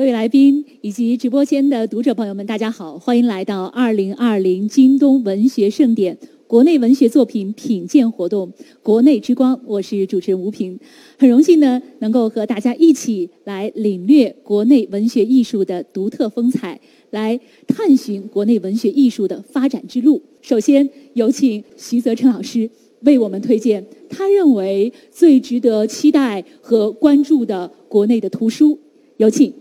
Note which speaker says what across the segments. Speaker 1: 各位来宾以及直播间的读者朋友们，大家好，欢迎来到二零二零京东文学盛典国内文学作品品鉴活动“国内之光”，我是主持人吴平，很荣幸呢能够和大家一起来领略国内文学艺术的独特风采，来探寻国内文学艺术的发展之路。首先有请徐泽辰老师为我们推荐他认为最值得期待和关注的国内的图书，有请。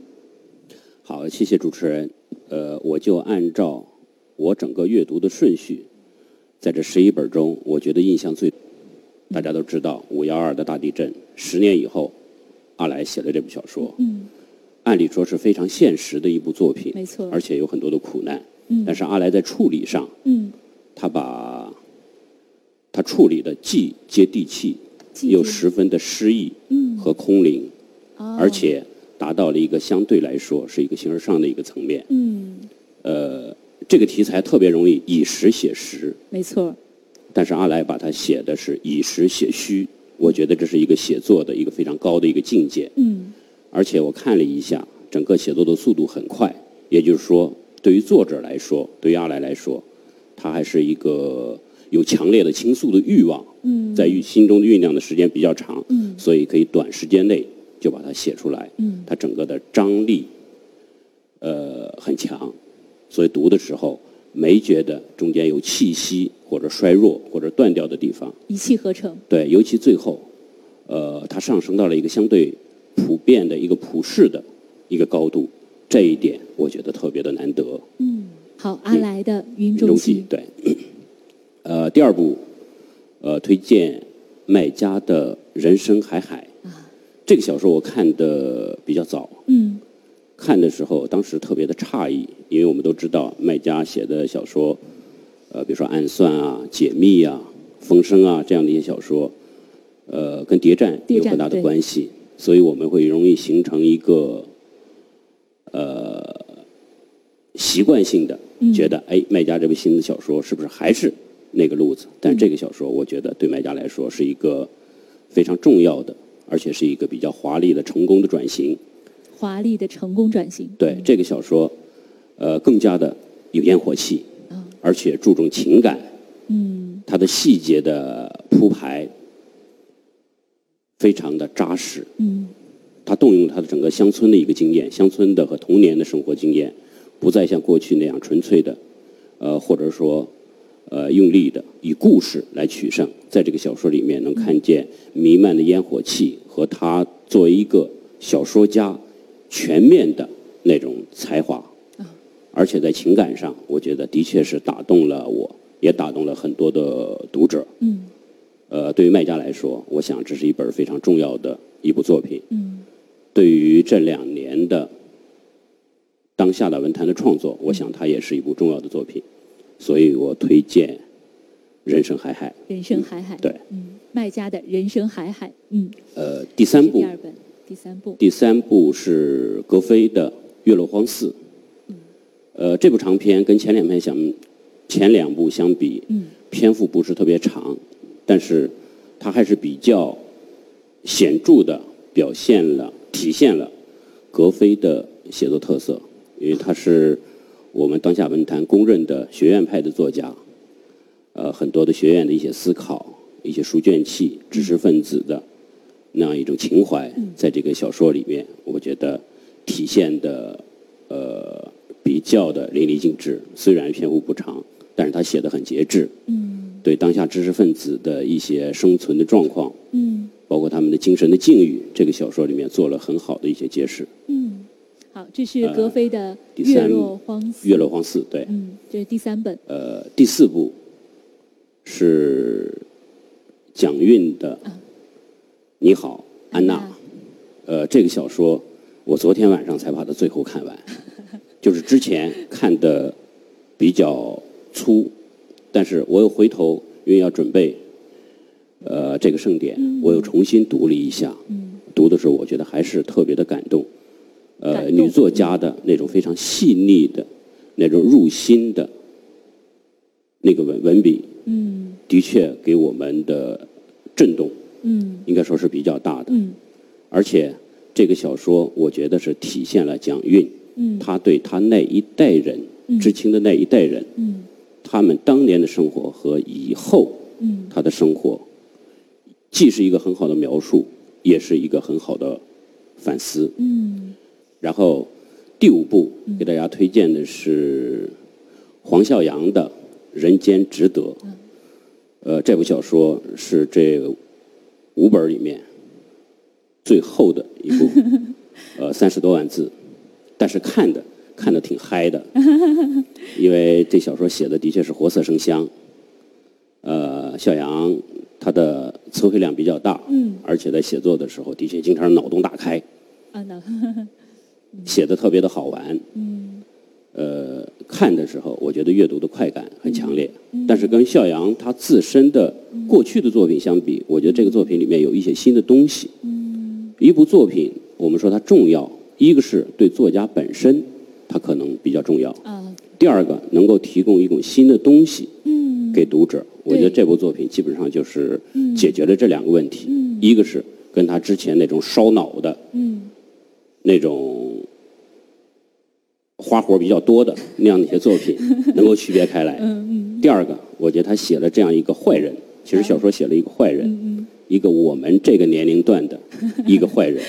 Speaker 2: 好，谢谢主持人。呃，我就按照我整个阅读的顺序，在这十一本中，我觉得印象最，大家都知道五幺二的大地震，十年以后，阿来写了这部小说。
Speaker 1: 嗯，
Speaker 2: 按理说是非常现实的一部作品，
Speaker 1: 没错
Speaker 2: 而且有很多的苦难。
Speaker 1: 嗯
Speaker 2: 但是阿来在处理上，
Speaker 1: 嗯，
Speaker 2: 他把，他处理的既接地气，
Speaker 1: 既
Speaker 2: 又
Speaker 1: 接
Speaker 2: 十分的诗意
Speaker 1: 嗯
Speaker 2: 和空灵，
Speaker 1: 哦
Speaker 2: 而且达到了一个相对来说是一个形而上的一个层面。
Speaker 1: 嗯，
Speaker 2: 呃，这个题材特别容易以实写实，
Speaker 1: 没错，
Speaker 2: 但是阿来把它写的是以实写虚，我觉得这是一个写作的一个非常高的一个境界。
Speaker 1: 嗯
Speaker 2: 而且我看了一下，整个写作的速度很快，也就是说，对于作者来说，对于阿来来说，他还是一个有强烈的倾诉的欲望，
Speaker 1: 嗯
Speaker 2: 在于心中的酝酿的时间比较长，
Speaker 1: 嗯
Speaker 2: 所以可以短时间内就把它写出来，
Speaker 1: 嗯
Speaker 2: 它整个的张力，呃，很强，所以读的时候没觉得中间有气息或者衰弱或者断掉的地方，
Speaker 1: 一气呵成，
Speaker 2: 对，尤其最后，呃，它上升到了一个相对普遍的一个普世的一个高度，这一点我觉得特别的难得。
Speaker 1: 嗯，好，阿来的《云
Speaker 2: 周
Speaker 1: 中
Speaker 2: 记
Speaker 1: 记》，
Speaker 2: 对， 呃，第二部，呃，推荐麦家的人生海海
Speaker 1: 啊，
Speaker 2: 这个小说我看的比较早，
Speaker 1: 嗯
Speaker 2: 看的时候当时特别的诧异，因为我们都知道麦家写的小说，呃，比如说《暗算》啊、《解密》啊、《风声啊》这样的一些小说，呃，跟谍战
Speaker 1: 谍
Speaker 2: 有
Speaker 1: 战
Speaker 2: 很大的
Speaker 1: 对
Speaker 2: 关系，所以我们会容易形成一个呃习惯性的
Speaker 1: 嗯
Speaker 2: 觉得，哎，麦家这部新的小说是不是还是那个路子？
Speaker 1: 嗯
Speaker 2: 但这个小说，我觉得对麦家来说是一个非常重要的，而且是一个比较华丽的成功的转型。
Speaker 1: 华丽的成功转型，
Speaker 2: 对这个小说，呃，更加的有烟火气，
Speaker 1: 啊，
Speaker 2: 而且注重情感，
Speaker 1: 嗯
Speaker 2: 它的细节的铺排非常的扎实。
Speaker 1: 嗯
Speaker 2: 他动用他的整个乡村的一个经验，乡村的和童年的生活经验，不再像过去那样纯粹的，呃，或者说呃用力的以故事来取胜。在这个小说里面，能看见弥漫的烟火气和他作为一个小说家全面的那种才华，而且在情感上，我觉得的确是打动了我，也打动了很多的读者。
Speaker 1: 嗯
Speaker 2: 呃，对于卖家来说，我想这是一本非常重要的一部作品。
Speaker 1: 嗯
Speaker 2: 对于这两年的当下的文坛的创作，
Speaker 1: 嗯
Speaker 2: 我想它也是一部重要的作品，所以我推荐《人生海海》。
Speaker 1: 人生海海，
Speaker 2: 对，
Speaker 1: 嗯，卖家的人生海海，嗯，
Speaker 2: 呃，第三
Speaker 1: 第
Speaker 2: 部，
Speaker 1: 二本，第三部，
Speaker 2: 第三部是格非的《月落荒寺》。
Speaker 1: 嗯
Speaker 2: 呃，这部长篇跟前两篇相，前两部相比，
Speaker 1: 嗯
Speaker 2: 篇幅不是特别长，但是它还是比较显著的表现了、体现了格非的写作特色，因为他是我们当下文坛公认的学院派的作家，呃，很多的学院的一些思考、一些书卷气、知识分子的那样一种情怀，在这个小说里面，我觉得体现的呃比较的淋漓尽致。虽然篇幅不长，但是他写的很节制，
Speaker 1: 嗯
Speaker 2: 对当下知识分子的一些生存的状况，
Speaker 1: 嗯
Speaker 2: 包括他们的精神的境遇，这个小说里面做了很好的一些揭示。
Speaker 1: 嗯，好，这是格非的
Speaker 2: 呃第
Speaker 1: 《
Speaker 2: 三
Speaker 1: 月落荒寺》，
Speaker 2: 月落荒寺，对，
Speaker 1: 嗯，这是第三本，
Speaker 2: 呃，第四部是蒋韵的《你好，嗯安娜》。
Speaker 1: 哎
Speaker 2: 呃，这个小说我昨天晚上才把它最后看完， 就是之前看的比较粗，但是我又回头因为要准备呃这个盛典，
Speaker 1: 嗯
Speaker 2: 我又重新读了一下，读的时候我觉得还是特别的感动，呃，
Speaker 1: 感动
Speaker 2: 女作家的那种非常细腻的、那种入心的那个文文笔，
Speaker 1: 嗯
Speaker 2: 的确给我们的震动
Speaker 1: 嗯
Speaker 2: 应该说是比较大的。
Speaker 1: 嗯
Speaker 2: 而且这个小说我觉得是体现了蒋运，
Speaker 1: 嗯
Speaker 2: 他对他那一代人
Speaker 1: 嗯，
Speaker 2: 知青的那一代人，
Speaker 1: 嗯
Speaker 2: 他们当年的生活和以后
Speaker 1: 嗯
Speaker 2: 他的生活，既是一个很好的描述，也是一个很好的反思。
Speaker 1: 嗯
Speaker 2: 然后第五部给大家推荐的是黄孝阳的《人间值得》。
Speaker 1: 嗯
Speaker 2: 呃，这部小说是这五本里面最厚的一部，呃，三十多万字，但是看的看的挺嗨的，因为这小说写的的确是活色生香。呃，孝阳他的词汇量比较大，
Speaker 1: 嗯
Speaker 2: 而且在写作的时候的确经常脑洞大开，
Speaker 1: 啊那
Speaker 2: 写的特别的好玩。
Speaker 1: 嗯
Speaker 2: 呃，看的时候我觉得阅读的快感很强烈，
Speaker 1: 嗯
Speaker 2: 但是跟孝阳他自身的过去的作品相比，我觉得这个作品里面有一些新的东西。
Speaker 1: 嗯
Speaker 2: 一部作品，我们说它重要，一个是对作家本身，它可能比较重要；
Speaker 1: 啊
Speaker 2: 第二个，能够提供一种新的东西
Speaker 1: 嗯
Speaker 2: 给读者。我觉得
Speaker 1: 对
Speaker 2: 这部作品基本上就是
Speaker 1: 嗯
Speaker 2: 解决了这两个问题，
Speaker 1: 嗯
Speaker 2: 一个是跟他之前那种烧脑的
Speaker 1: 嗯
Speaker 2: 那种花活比较多的那样的一些作 品能够区别开来。
Speaker 1: 嗯嗯
Speaker 2: 第二个，我觉得他写了这样一个坏人，其实小说写了一个坏人，
Speaker 1: 嗯
Speaker 2: 一个我们这个年龄段 的一个坏人，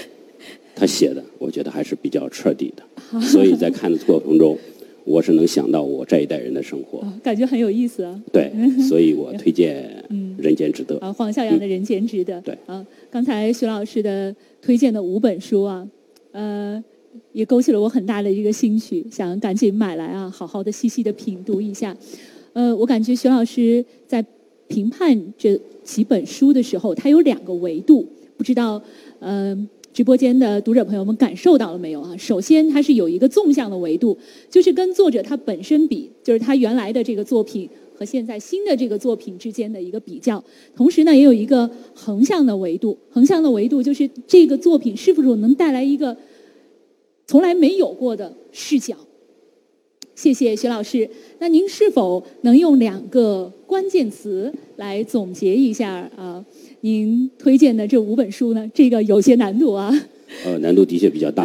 Speaker 2: 他写的我觉得还是比较彻底的，所以在看的过程中，我是能想到我这一代人的生活。
Speaker 1: 啊感觉很有意思啊。
Speaker 2: 对，所以我推荐
Speaker 1: 嗯
Speaker 2: 《人间值得》。
Speaker 1: 啊，黄孝阳的人间值得。
Speaker 2: 对
Speaker 1: 啊，刚才徐老师的推荐的五本书啊，呃，也勾起了我很大的一个兴趣，想赶紧买来啊，好好的细细的品读一下。呃，我感觉徐老师在评判这几本书的时候，他有两个维度，不知道呃。直播间的读者朋友们感受到了没有啊？首先，它是有一个纵向的维度，就是跟作者他本身比，就是他原来的这个作品和现在新的这个作品之间的一个比较。同时呢，也有一个横向的维度，横向的维度就是这个作品是否能带来一个从来没有过的视角。谢谢徐老师。那您是否能用两个关键词来总结一下啊、呃您推荐的这五本书呢？这个有些难度啊。
Speaker 2: 呃，难度的确比较大，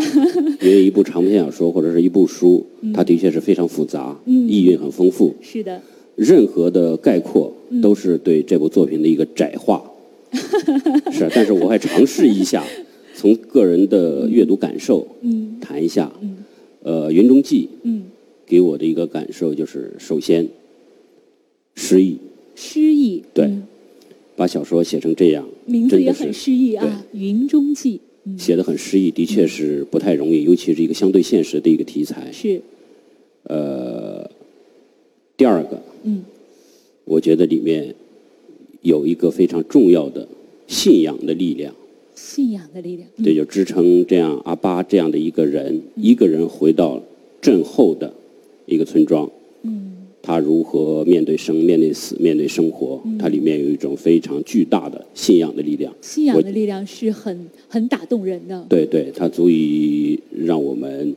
Speaker 2: 因为一部长篇小说或者是一部书，它的确是非常复杂，
Speaker 1: 嗯
Speaker 2: 意蕴很丰富，
Speaker 1: 是的，
Speaker 2: 任何的概括
Speaker 1: 嗯
Speaker 2: 都是对这部作品的一个窄 化。是，但是我还尝试一下，从个人的阅读感受
Speaker 1: 嗯
Speaker 2: 谈一下。
Speaker 1: 嗯
Speaker 2: 呃，《云中记
Speaker 1: 嗯，》
Speaker 2: 给我的一个感受就是，首先，诗意
Speaker 1: 诗意。
Speaker 2: 对
Speaker 1: 嗯
Speaker 2: 把小说写成这样，
Speaker 1: 名字
Speaker 2: 真
Speaker 1: 也
Speaker 2: 的
Speaker 1: 很
Speaker 2: 是
Speaker 1: 诗意啊，《云中记》嗯
Speaker 2: 写的很诗意，的确是不太容易，尤其是一个相对现实的一个题材。
Speaker 1: 是
Speaker 2: 呃，第二个，
Speaker 1: 嗯
Speaker 2: 我觉得里面有一个非常重要的信仰的力量，
Speaker 1: 信仰的力量。嗯
Speaker 2: 这就支撑这样阿巴这样的一个人，一个人回到震后的一个村庄，
Speaker 1: 嗯
Speaker 2: 他如何面对生、面对死、面对生活，
Speaker 1: 嗯
Speaker 2: 它里面有一种非常巨大的信仰的力量。
Speaker 1: 信仰
Speaker 2: 我
Speaker 1: 的力量是很很打动人的，
Speaker 2: 对对，它足以让我们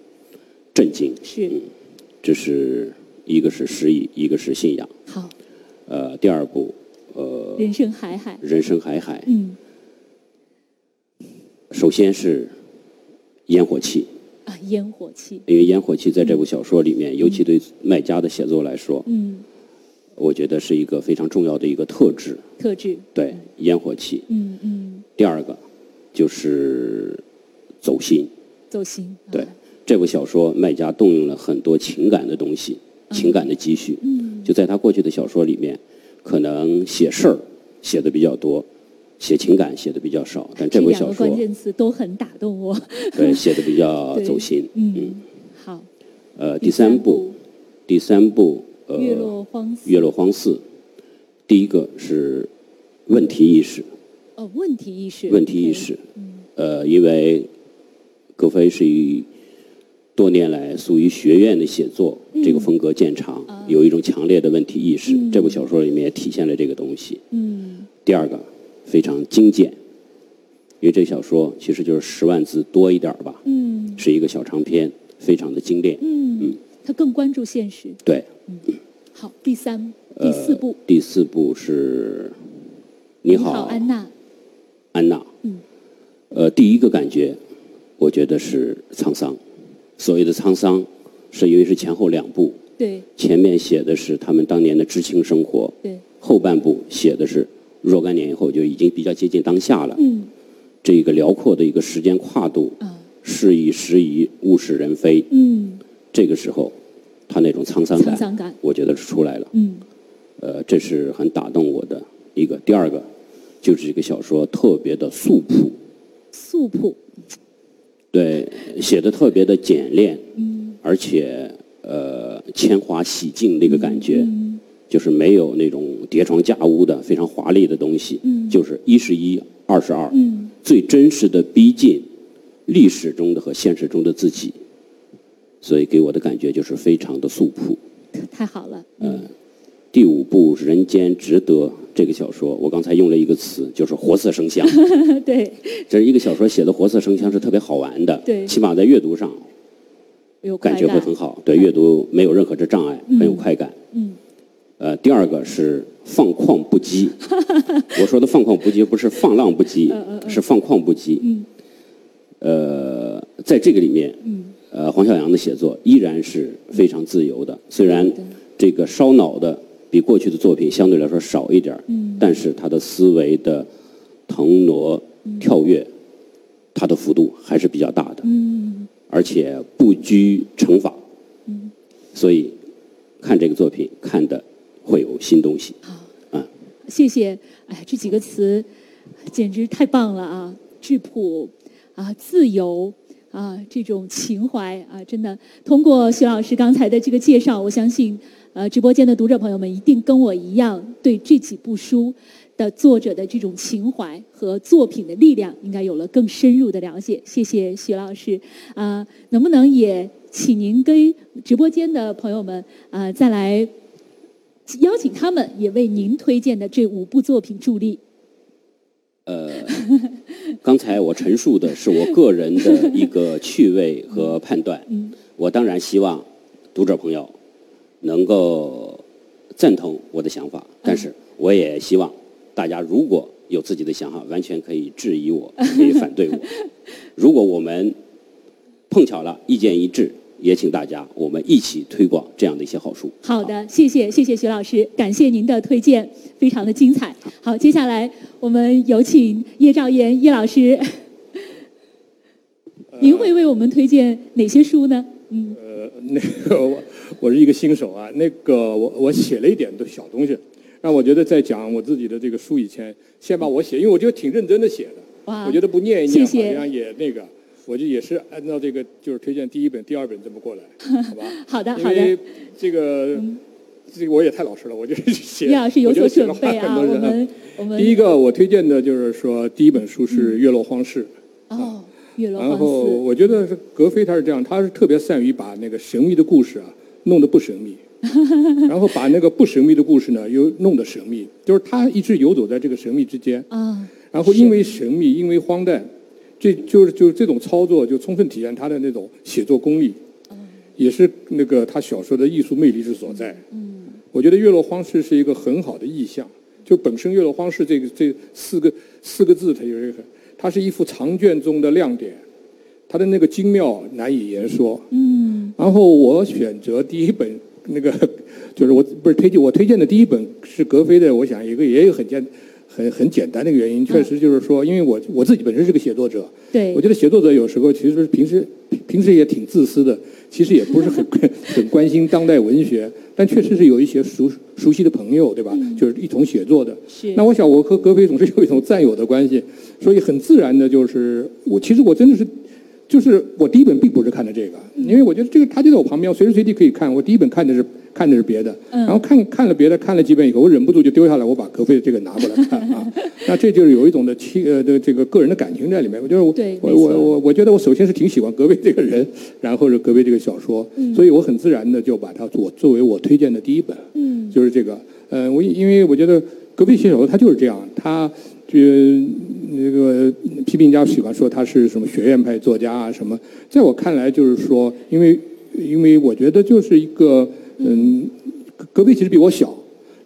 Speaker 2: 震惊。
Speaker 1: 是
Speaker 2: 这是一个是诗意，一个是信仰。
Speaker 1: 好，
Speaker 2: 呃，第二部，呃，
Speaker 1: 人生海海，
Speaker 2: 人生海海，
Speaker 1: 嗯
Speaker 2: 首先是烟火气，
Speaker 1: 啊，烟火气，
Speaker 2: 因为烟火气在这部小说里面，尤其对麦家的写作来说，
Speaker 1: 嗯，
Speaker 2: 我觉得是一个非常重要的一个特质。
Speaker 1: 特质，
Speaker 2: 对，烟火气。
Speaker 1: 嗯嗯，
Speaker 2: 第二个就是走心。
Speaker 1: 走心，啊
Speaker 2: 对，，这部小说麦家动用了很多情感的东西，情感的积蓄。
Speaker 1: 嗯
Speaker 2: 就在他过去的小说里面，可能写事儿写的比较多，写情感写的比较少。但这
Speaker 1: 这
Speaker 2: 部
Speaker 1: 两
Speaker 2: 小
Speaker 1: 个
Speaker 2: 说
Speaker 1: 关键词都很打动我，
Speaker 2: 对写的比较
Speaker 1: 对
Speaker 2: 走心。
Speaker 1: 嗯，好，
Speaker 2: 呃，第三部，第三部，呃，
Speaker 1: 月落荒寺，
Speaker 2: 月落荒寺，第一个是问题意识，
Speaker 1: 哦，问题意识，
Speaker 2: 问题意识
Speaker 1: 对，嗯
Speaker 2: 呃，因为葛飞是以多年来属于学院的写作、这个风格见长，
Speaker 1: 啊
Speaker 2: 有一种强烈的问题意识。
Speaker 1: 嗯
Speaker 2: 这部小说里面也体现了这个东西。
Speaker 1: 嗯
Speaker 2: 第二个非常精简，因为这小说其实就是十万字多一点儿吧，
Speaker 1: 嗯
Speaker 2: 是一个小长篇，非常的精炼。
Speaker 1: 嗯，他更关注现实，
Speaker 2: 对，
Speaker 1: 好，第三、第四部
Speaker 2: 呃，第四部是《你
Speaker 1: 你好，安娜，
Speaker 2: 安娜》。
Speaker 1: 嗯
Speaker 2: 呃，第一个感觉我觉得是沧桑。所谓的沧桑，是因为是前后两部，
Speaker 1: 对
Speaker 2: 前面写的是他们当年的知青生活，
Speaker 1: 对，
Speaker 2: 后半部写的是若干年以后就已经比较接近当下了。
Speaker 1: 嗯
Speaker 2: 这个辽阔的一个时间跨度，
Speaker 1: 啊
Speaker 2: 是以时移，物是人非。
Speaker 1: 嗯，
Speaker 2: 这个时候，他那种沧桑
Speaker 1: 沧
Speaker 2: 感，
Speaker 1: 桑感，
Speaker 2: 我觉得是出来了。
Speaker 1: 嗯
Speaker 2: 呃，这是很打动我的一个。第二个，就是这个小说特别的素朴，
Speaker 1: 素朴，
Speaker 2: 对，写的特别的简练，
Speaker 1: 嗯
Speaker 2: 而且呃铅华洗净那个感觉，
Speaker 1: 嗯
Speaker 2: 就是没有那种叠床架屋的非常华丽的东西，
Speaker 1: 嗯
Speaker 2: 就是一是一，二是二，
Speaker 1: 嗯
Speaker 2: 最真实的逼近历史中的和现实中的自己，所以给我的感觉就是非常的素朴。
Speaker 1: 太好了，
Speaker 2: 嗯，第五部《人间值得》这个小说，我刚才用了一个词，就是活色生香。
Speaker 1: 对，
Speaker 2: 这是一个小说写的活色生香是特别好玩的，
Speaker 1: 对
Speaker 2: 起码在阅读上
Speaker 1: 有
Speaker 2: 感觉会很
Speaker 1: 好，
Speaker 2: 好，对阅读没有任何的障碍，很有快感。
Speaker 1: 嗯
Speaker 2: 呃，第二个是放旷 不羁，我说的放旷不羁不是放浪不羁
Speaker 1: 嗯嗯，嗯
Speaker 2: 是放旷不羁。
Speaker 1: 嗯
Speaker 2: 呃，在这个里面，
Speaker 1: 嗯
Speaker 2: 呃，黄小阳的写作依然是非常自由的，虽然
Speaker 1: 对的
Speaker 2: 这个烧脑的比过去的作品相对来说少一点儿，
Speaker 1: 嗯
Speaker 2: 但是他的思维的腾挪、跳跃，他的幅度还是比较大的，
Speaker 1: 嗯
Speaker 2: 而且不拘惩罚，
Speaker 1: 嗯，
Speaker 2: 所以看这个作品看的会有新东西。
Speaker 1: 好，
Speaker 2: 嗯，
Speaker 1: 谢谢，哎，这几个词简直太棒了啊！质朴啊，自由啊，这种情怀啊，真的通过徐老师刚才的这个介绍，我相信呃，直播间的读者朋友们一定跟我一样，对这几部书的作者的这种情怀和作品的力量，应该有了更深入的了解。谢谢徐老师啊、能不能也请您跟直播间的朋友们啊、再来邀请他们也为您推荐的这五部作品助力。
Speaker 2: 刚才我陈述的是我个人的一个趣味和判断，
Speaker 1: 嗯
Speaker 2: 我当然希望读者朋友能够赞同我的想法，但是我也希望大家如果有自己的想法，完全可以质疑我，可以反对我。如果我们碰巧了意见一致，也请大家我们一起推广这样的一些好书。
Speaker 1: 好的，谢谢谢谢徐老师，感谢您的推荐，非常的精彩。好，接下来我们有请叶兆言叶老师，您会为我们推荐哪些书呢？嗯
Speaker 3: 呃， 那个我我是一个新手啊，那个我我写了一点的小东西，让我觉得在讲我自己的这个书以前，先把我写，因为我就挺认真的写的
Speaker 1: 哇，
Speaker 3: 我觉得不念一念
Speaker 1: 谢谢
Speaker 3: 好像也那个，我就也是按照这个就是推荐第一本、第二本这 么过来，好吧？
Speaker 1: 好的
Speaker 3: 因
Speaker 1: 好的嗯
Speaker 3: 为，这个这个我也太老实了，我就是 写，
Speaker 1: 叶老师有
Speaker 3: 我
Speaker 1: 所
Speaker 3: 觉得写了
Speaker 1: 准备啊，
Speaker 3: 很多
Speaker 1: 我
Speaker 3: 人
Speaker 1: 们我们
Speaker 3: 第一个我推荐的就是说，第一本书
Speaker 1: 嗯
Speaker 3: 是《月落荒市》。
Speaker 1: 哦，月落
Speaker 3: 然
Speaker 1: 荒
Speaker 3: 后
Speaker 1: 寺，
Speaker 3: 我觉得是格非他是这样，他是特别善于把那个神秘的故事啊弄得不神秘，然后把那个不神秘的故事呢又弄得神秘，就是他一直游走在这个神秘之间。
Speaker 1: 啊，
Speaker 3: 然后因为神秘，因为荒诞，这就是就是这种操作，就充分体现他的那种写作功力，
Speaker 1: 嗯
Speaker 3: 也是那个他小说的艺术魅力之所在。
Speaker 1: 嗯
Speaker 3: 我觉得月落荒市是一个很好的意象，就本身月落荒市这个这四个四个字，它有一个，它是一幅长卷中的亮点，它的那个精妙难以言说。
Speaker 1: 嗯
Speaker 3: 然后我选择第一本那个， 就是我不是推荐我推荐的第一本是格非的，我想一个也有很简很很简单的一个原因，确实就是说，因为我我自己本身是个写作者，
Speaker 1: 对
Speaker 3: 我觉得写作者有时候其实平时平时也挺自私的，其实也 不是很很关心当代文学，但确实是有一些熟熟悉的朋友，对吧？就是一同写作的。
Speaker 1: 嗯是
Speaker 3: 那我想，我和格非总是有一种战友的关系，所以很自然的就是我，其实我真的是，就是我第一本并不是看的这个，
Speaker 1: 嗯
Speaker 3: 因为我觉得这个他就在我旁边，我随时随地可以看。我第一本看的是看的是别的，
Speaker 1: 嗯
Speaker 3: 然后看看了别的，看了几本以后，我忍不住就丢下来，我把格非的这个拿过来看 啊。那这就是有一种的亲呃的这个个人的感情在里面。我就是我
Speaker 1: 对
Speaker 3: 我
Speaker 1: 没错
Speaker 3: 我我我觉得我首先是挺喜欢格非这个人，然后是格非这个小说，所以我很自然的就把它我作为我推荐的第一本。
Speaker 1: 嗯
Speaker 3: 就是这个，呃，我因为我觉得格非写手他就是这样，他就那个批评家喜欢说他是什么学院派作家啊什么，在我看来就是说，因为因为我觉得就是一个嗯，格格非其实比我小。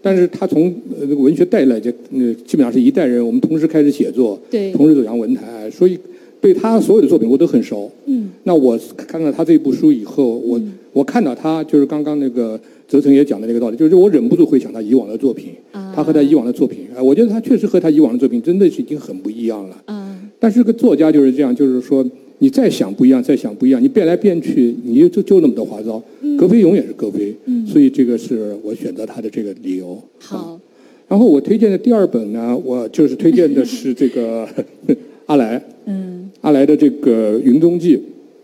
Speaker 3: 但是他从呃那个文学带来，就呃基本上是一代人，我们同时开始写作，
Speaker 1: 对
Speaker 3: 同时走向文坛，所以对他所有的作品我都很熟。
Speaker 1: 嗯，
Speaker 3: 那我看到他这部书以后，我、我看到他就是刚刚那个泽成也讲的那个道理，就是我忍不住会想他以往的作品，
Speaker 1: 啊
Speaker 3: 他和他以往的作品，啊，我觉得他确实和他以往的作品真的是已经很不一样了。
Speaker 1: 啊，
Speaker 3: 但是个作家就是这样，就是说你再想不一样，再想不一样，你变来变去，你就就就那么多花招。格非永远是格非，所以这个是我选择他的这个理由。
Speaker 1: 好，
Speaker 3: 啊然后我推荐的第二本呢，我就是推荐的是这个 阿来
Speaker 1: 嗯，
Speaker 3: 阿来的这个《云踪记》。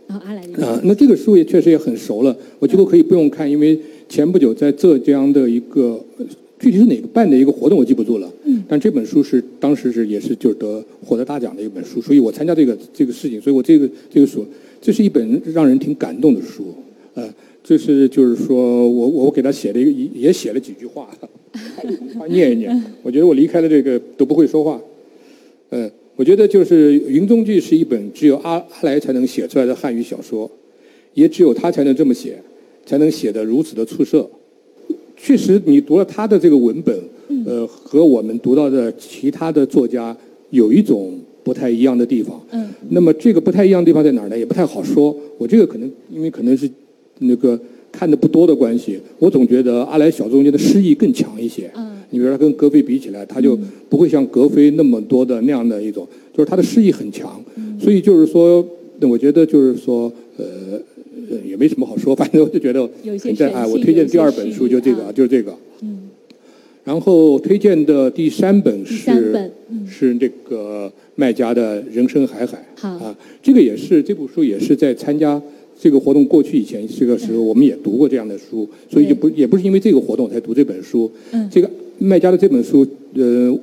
Speaker 1: 然后阿来的
Speaker 3: 啊、那这个书也确实也很熟了，我几乎可以不用看，因为前不久在浙江的一个呃具体是哪个办的一个活动我记不住了，
Speaker 1: 嗯，
Speaker 3: 但这本书是当时是也是就是得获得大奖的一本书，所以我参加这个这个事情，所以我这个这个书，这是一本让人挺感动的书，呃，这是就是说我我我给他写了一个也也写了几句话， 念一念，我觉得我离开了这个都不会说话，呃，我觉得就是《云中记》是一本只有阿阿来才能写出来的汉语小说，也只有他才能这么写，才能写得如此的出色。确实，你读了他的这个文本，呃，和我们读到的其他的作家有一种不太一样的地方。
Speaker 1: 嗯，
Speaker 3: 那么这个不太一样的地方在哪儿呢？也不太好说。我这个可能因为可能是那个看的不多的关系，我总觉得阿来小中间的诗意更强一些。
Speaker 1: 嗯
Speaker 3: 你比如说他跟格非比起来，他就不会像格非那么多的那样的一种，就是他的诗意很强。
Speaker 1: 嗯
Speaker 3: 所以就是说，那我觉得就是说，呃，呃也没什么好说， 反正我就觉得
Speaker 1: 有一些
Speaker 3: 很赞
Speaker 1: 神
Speaker 3: 哎，我
Speaker 1: 性
Speaker 3: 推
Speaker 1: 有
Speaker 3: 荐
Speaker 1: 一
Speaker 3: 第
Speaker 1: 些
Speaker 3: 二
Speaker 1: 诗
Speaker 3: 本
Speaker 1: 意
Speaker 3: 书就这个，
Speaker 1: 啊
Speaker 3: 就是这个。
Speaker 1: 嗯
Speaker 3: 然后推荐的第三本是
Speaker 1: 三本嗯
Speaker 3: 是这个麦家的《人生海海》
Speaker 1: 好
Speaker 3: 啊，这个也是这部书也是在参加这个活动过去以前这个时候我们也读过这样的书，所以就不也不是因为这个活动才读这本书。
Speaker 1: 嗯
Speaker 3: 这个麦家的这本书，呃，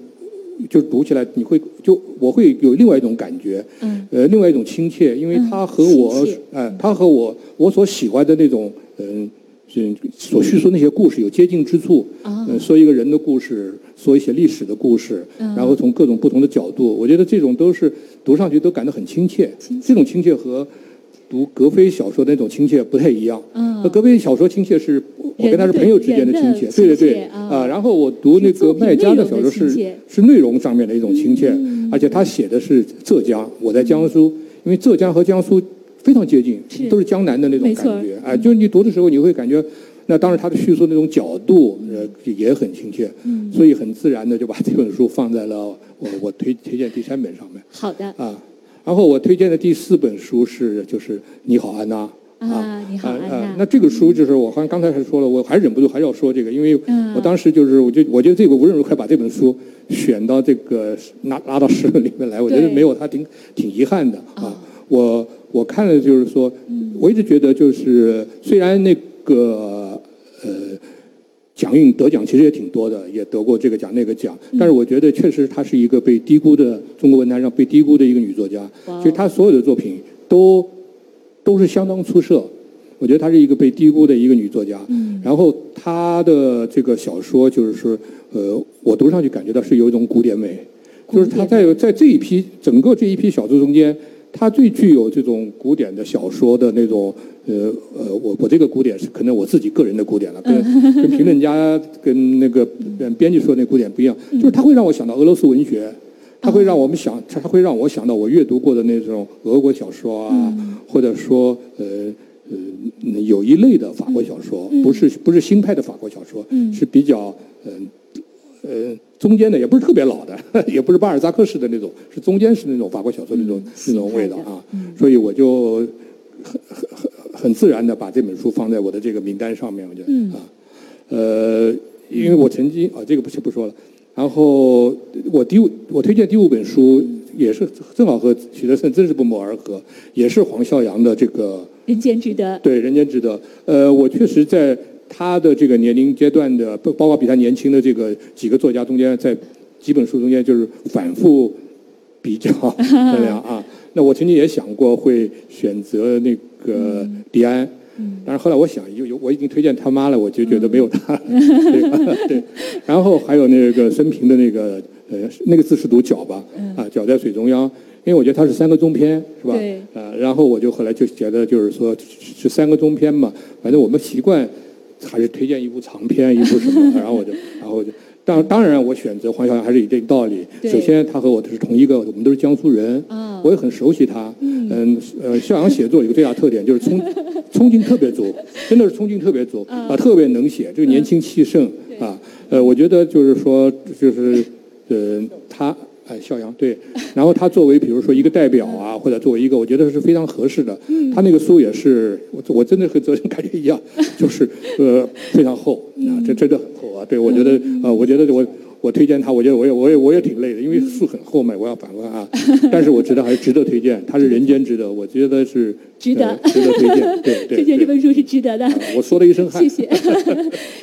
Speaker 3: 就读起来你会就我会有另外一种感觉，
Speaker 1: 嗯
Speaker 3: 呃，另外一种亲切，因为
Speaker 1: 嗯
Speaker 3: 它和我
Speaker 1: 亲切，
Speaker 3: 呃，它和我我所喜欢的那种，嗯、嗯，所叙述那些故事有接近之处。
Speaker 1: 啊
Speaker 3: 嗯，说一个人的故事，说一些历史的故事，
Speaker 1: 嗯
Speaker 3: 然后从各种不同的角度，我觉得这种都是读上去都感到很亲切。
Speaker 1: 亲切
Speaker 3: 这种亲切和读格非小说的那种亲切不太一样。
Speaker 1: 嗯
Speaker 3: 那格非呃小说亲切是我跟他是朋友之间的亲切，
Speaker 1: 人对
Speaker 3: 对对对
Speaker 1: 亲切啊
Speaker 3: 啊。然后我读那
Speaker 1: 是作
Speaker 3: 个
Speaker 1: 品
Speaker 3: 麦家的小说
Speaker 1: 内容的亲
Speaker 3: 是
Speaker 1: 切
Speaker 3: 是内容上面的一种亲切，
Speaker 1: 嗯
Speaker 3: 而且他写的是浙江，我在江苏，因为浙江和江苏非常接近，
Speaker 1: 是
Speaker 3: 都是江南的那种
Speaker 1: 没
Speaker 3: 感
Speaker 1: 错
Speaker 3: 觉，哎，就是你读的时候你会感觉。那当然，他的叙述那种角度，呃，也很亲切，
Speaker 1: 嗯
Speaker 3: 所以很自然的就把这本书放在了我我推推荐第三本上面
Speaker 1: 好的
Speaker 3: 啊。然后我推荐的第四本书是就是《你好，安娜》
Speaker 1: 啊，你好，
Speaker 3: 啊
Speaker 1: 安
Speaker 3: 啊
Speaker 1: 娜，，
Speaker 3: 那这个书就是我好像刚才还说了，我还忍不住还要说这个，因为
Speaker 1: 嗯
Speaker 3: 我当时就是，我就我觉得这个无论如何把这本书选到这个拿拿到十本里面来，我觉得
Speaker 1: 对
Speaker 3: 没有它挺挺遗憾的啊。
Speaker 1: 哦
Speaker 3: 我我看了就是说，
Speaker 1: 嗯
Speaker 3: 我一直觉得就是虽然那个呃奖运得奖其实也挺多的，也得过这个奖那个奖，
Speaker 1: 嗯
Speaker 3: 但是我觉得确实她是一个被低估的中国文坛上被低估的一个女作家，
Speaker 1: 哇哦
Speaker 3: 所以她所有的作品都都是相当出色。我觉得她是一个被低估的一个女作家，
Speaker 1: 嗯
Speaker 3: 然后她的这个小说就是说，呃，我读上去感觉到是有一种古典美，
Speaker 1: 古
Speaker 3: 就是
Speaker 1: 典
Speaker 3: 她在在这一批整个这一批小说中间，她最具有这种古典的小说的那种，呃呃，我我这个古典是可能我自己个人的古典 了，跟跟评论家跟那个呃编辑说的那古典不一样，
Speaker 1: 嗯
Speaker 3: 就是它会让我想到俄罗斯文学。它会
Speaker 1: 哦
Speaker 3: 让我们想，它会让我想到我阅读过的那种俄国小说啊，
Speaker 1: 嗯
Speaker 3: 或者说呃呃有一类的法国小说，
Speaker 1: 嗯嗯
Speaker 3: 不是不是新派的法国小说，
Speaker 1: 嗯
Speaker 3: 是比较嗯呃中间的，也不是特别老的， 也不是巴尔扎克式的那种，是中间式那种法国小说那种、那种味道
Speaker 1: 新派的
Speaker 3: 啊，所以我就很很很很自然的把这本书放在我的这个名单上面，我觉得、
Speaker 1: 嗯
Speaker 3: 啊。呃，因为我曾经啊，这个不是不说了。然后我第五我推荐第五本书也是正好和许德胜真是不谋而合，也是黄孝阳的这个
Speaker 1: 人间值得，
Speaker 3: 对《人间值得》。呃，我确实在他的这个年龄阶段的，包包括比他年轻的这个几个作家中间，在几本书中间就是反复比较衡量啊。那我曾经也想过会选择那个迪安。但是后来我想，有有我已经推荐他妈了，我 就觉得没有他，对吧？对。然后还有那个生平的那个呃，那个字是读脚吧，啊，脚在水中央，因为我觉得它是三个中篇，是吧？
Speaker 1: 对
Speaker 3: 呃，然后我就后来就觉得，就是说是三个中篇嘛，反正我们习惯还是推荐一部长篇，一部什么，然后我就，然后我就，当当然我选择黄晓阳还是有这个道理。
Speaker 1: 对
Speaker 3: 首先，他和我都是同一个，我们都是江苏人，
Speaker 1: 哦
Speaker 3: 我也很熟悉他。嗯，呃，校阳写作有个最大特点就是冲冲劲特别足，真的是冲劲特别足啊，特别能写，就是年轻气盛啊。呃，我觉得就是说，就是呃，他。哎，校阳对，然后他作为比如说一个代表啊，或者作为一个，我觉得是非常合适的。他那个书也是，我我真的和责任感觉一样，就是呃非常厚啊，这真的很厚啊。对，我觉得呃，我觉得我我推荐他，我觉得我也我也我也挺累的，因为书很厚嘛，我要反问啊。
Speaker 1: 嗯
Speaker 3: 但是我觉得还是值得推荐，他是人间值得，我觉得是
Speaker 1: 值得
Speaker 3: 呃值得推荐。 对对
Speaker 1: 推荐这
Speaker 3: 对，
Speaker 1: 本书是值得的。
Speaker 3: 啊我说了一身汗
Speaker 1: 谢。谢，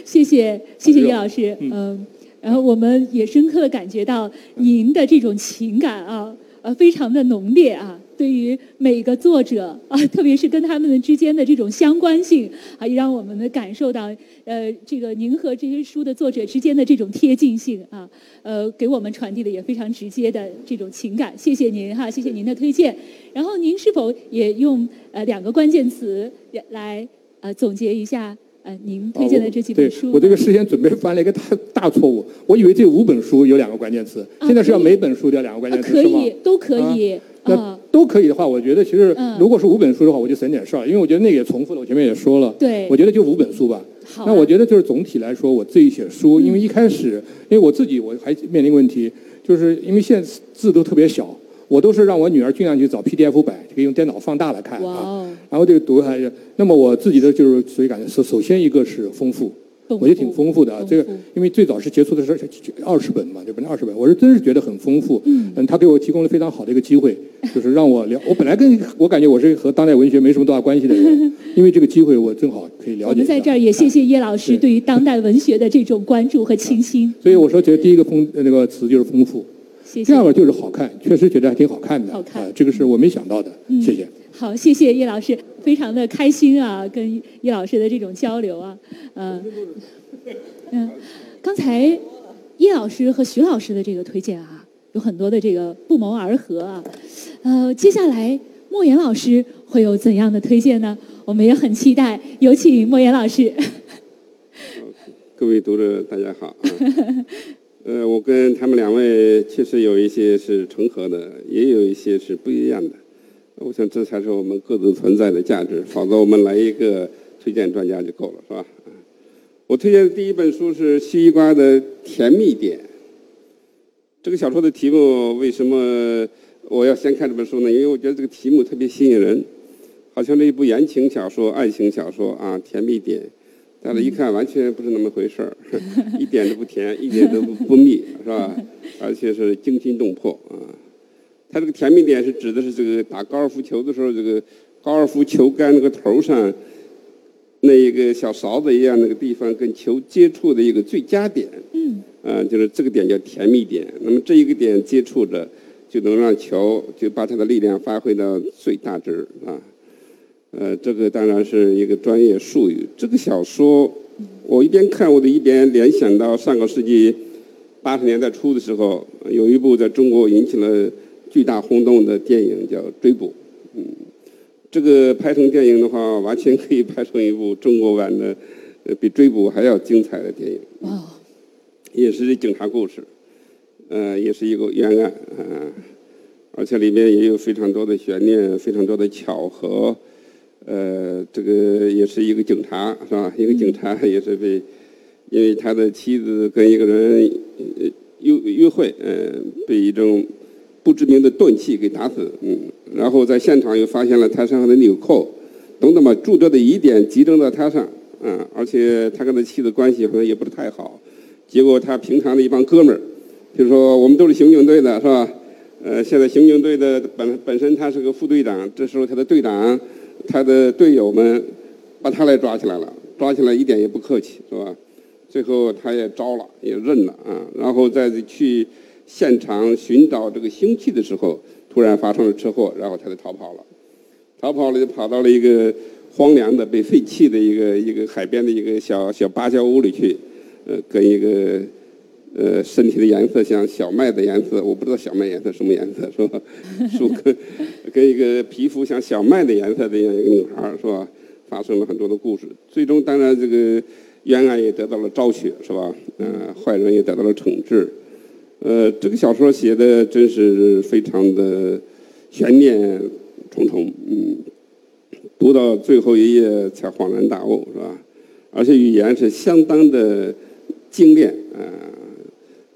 Speaker 1: 谢谢，谢谢叶老师，嗯，然后我们也深刻的感觉到您的这种情感啊，呃，非常的浓烈啊，对于每个作者 啊，特别是跟他们之间的这种相关性啊，也让我们能感受到呃，这个您和这些书的作者之间的这种贴近性啊，呃，给我们传递的也非常直接的这种情感，谢谢您哈、谢谢您的推荐。然后您是否也用呃两个关键词来呃总结一下呃您推荐的这几本书？
Speaker 3: 哦
Speaker 1: 嗯
Speaker 3: 对我这个事先准备犯了一个大大错误，我以为这五本书有两个关键词，现在是要每本书都要两个关
Speaker 1: 啊
Speaker 3: 键词，
Speaker 1: 可
Speaker 3: 是吗？
Speaker 1: 以，都可以啊
Speaker 3: 那都可以的话，我觉得其实
Speaker 1: 嗯
Speaker 3: 如果是五本书的话，我就省点事儿，因为我觉得那个也重复了，我前面也说了。
Speaker 1: 对
Speaker 3: 我觉得就五本书吧。
Speaker 1: 好啊嗯
Speaker 3: 那我觉得就是总体来说，我自己写书，因为一开始，因为我自己我还面临问题，就是因为现在字都特别小，我都是让我女儿尽量去找 PDF 版，可以用电脑放大来看
Speaker 1: 哇
Speaker 3: 啊
Speaker 1: 哦。
Speaker 3: 然后这个读还是，那么我自己的就是所以感觉首首先一个是丰富。
Speaker 1: 丰富
Speaker 3: 我觉得挺丰富的啊
Speaker 1: 丰，富
Speaker 3: 这个因为最早是接触的是二十本嘛，对吧？那二十本，我是真是觉得很丰富。嗯，他给我提供了非常好的一个机会，就是让我了。我本来跟我感觉我是和当代文学没什么多大关系的 人，因为这个机会我正好可以啊了
Speaker 1: 我
Speaker 3: 解一
Speaker 1: 们
Speaker 3: 下。
Speaker 1: 在这儿也谢谢叶老师
Speaker 3: 对
Speaker 1: 对于当代文学的这种关注和倾心，
Speaker 3: 所以我说，觉得第一个丰呃那个词就是丰富，
Speaker 1: 谢
Speaker 3: 第
Speaker 1: 谢
Speaker 3: 二。个就是好看，确实觉得还挺好看的。
Speaker 1: 好看嗯
Speaker 3: 啊，这个是我没想到的。谢谢。
Speaker 1: 好，谢谢叶老师，非常的开心啊，跟叶老师的这种交流啊，嗯、嗯、刚才叶老师和徐老师的这个推荐啊，有很多的这个不谋而合啊，呃，接下来莫言老师会有怎样的推荐呢？我们也很期待，有请莫言老师。
Speaker 4: 各位读者，大家好。啊呃，我跟他们两位确实有一些是重合的，也有一些是不一样的。我想这才是我们各自存在的价值，否则我们来一个推荐专家就够了，是吧？啊我推荐的第一本书是《西瓜的甜蜜点》。这个小说的题目为什么我要先看这本书呢？因为我觉得这个题目特别吸引人，好像是一部言情小说、爱情小说啊，甜蜜点。但是一看完全不是那么回事儿，一点都不甜，一点都不不蜜，是吧？而且是惊心动魄啊！它这个甜蜜点是指的是这个打高尔夫球的时候，这个高尔夫球杆那个头上那一个小勺子一样那个地方跟球接触的一个最佳点。嗯。啊，就是这个点叫甜蜜点。那么这一个点接触着，就能让球就把它的力量发挥到最大值啊。呃，这个当然是一个专业术语。这个小说，我一边看，我就一边联想到上个世纪八十年代初的时候，有一部在中国引起了巨大轰动的电影叫《追捕》。嗯，这个拍成电影的话，完全可以拍成一部中国版的，呃比《追捕》还要精彩的电影。
Speaker 1: 哇、哦，
Speaker 4: 也是警察故事，呃，也是一个冤案啊、而且里面也有非常多的悬念，非常多的巧合，呃，这个也是一个警察是吧？一个警察也是被，因为他的妻子跟一个人呃约约会，呃，被一种不知名的钝器给打死，嗯，然后在现场又发现了他身上的纽扣，等等吧，诸多的疑点集中到他上，嗯，而且他跟他妻子关系好像也不是太好，结果他平常的一帮哥们儿，比如说我们都是刑警队的，是吧？呃，现在刑警队的本本身他是个副队长，这时候他的队长、他的队友们把他来抓起来了，抓起来一点也不客气，是吧？最后他也招了，也认了啊。然后在去现场寻找这个凶器的时候，突然发生了车祸，然后他就逃跑了。逃跑了就跑到了一个荒凉的、被废弃的一个一个海边的一个小小芭蕉屋里去，呃，跟一个呃身体的颜色像小麦的颜色，我不知道小麦颜色什么颜色，是吧？ 树跟跟一个皮肤像小麦的颜色的一样一个女孩儿，是吧？发生了很多的故事，最终当然这个冤案也得到了昭雪，是吧？嗯、坏人也得呃到了惩治。呃，这个小说写的真是非常的悬念重重，嗯，读到最后一页才恍然大悟，是吧？而且语言是相当的精炼啊、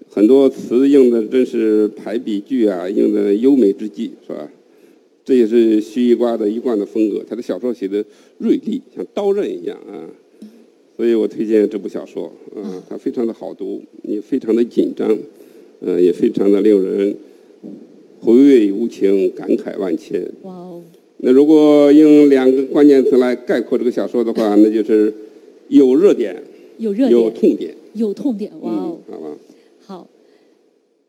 Speaker 4: 很多词用的真是排比句啊，用的优美之极，是吧？这也是徐一瓜的一贯的风格，他的小说写的锐利，像刀刃一样啊。所以我推荐这部小说，啊，它非常的好读，也非常的紧张，呃，也非常的令人回味无穷，感慨万千。
Speaker 1: 哇哦，
Speaker 4: 那如果用两个关键词来概括这个小说的话，那就是有热点，
Speaker 1: 有热啊点，
Speaker 4: 有痛点，
Speaker 1: 有痛点，哇哦，
Speaker 4: 嗯，好吧，
Speaker 1: 好，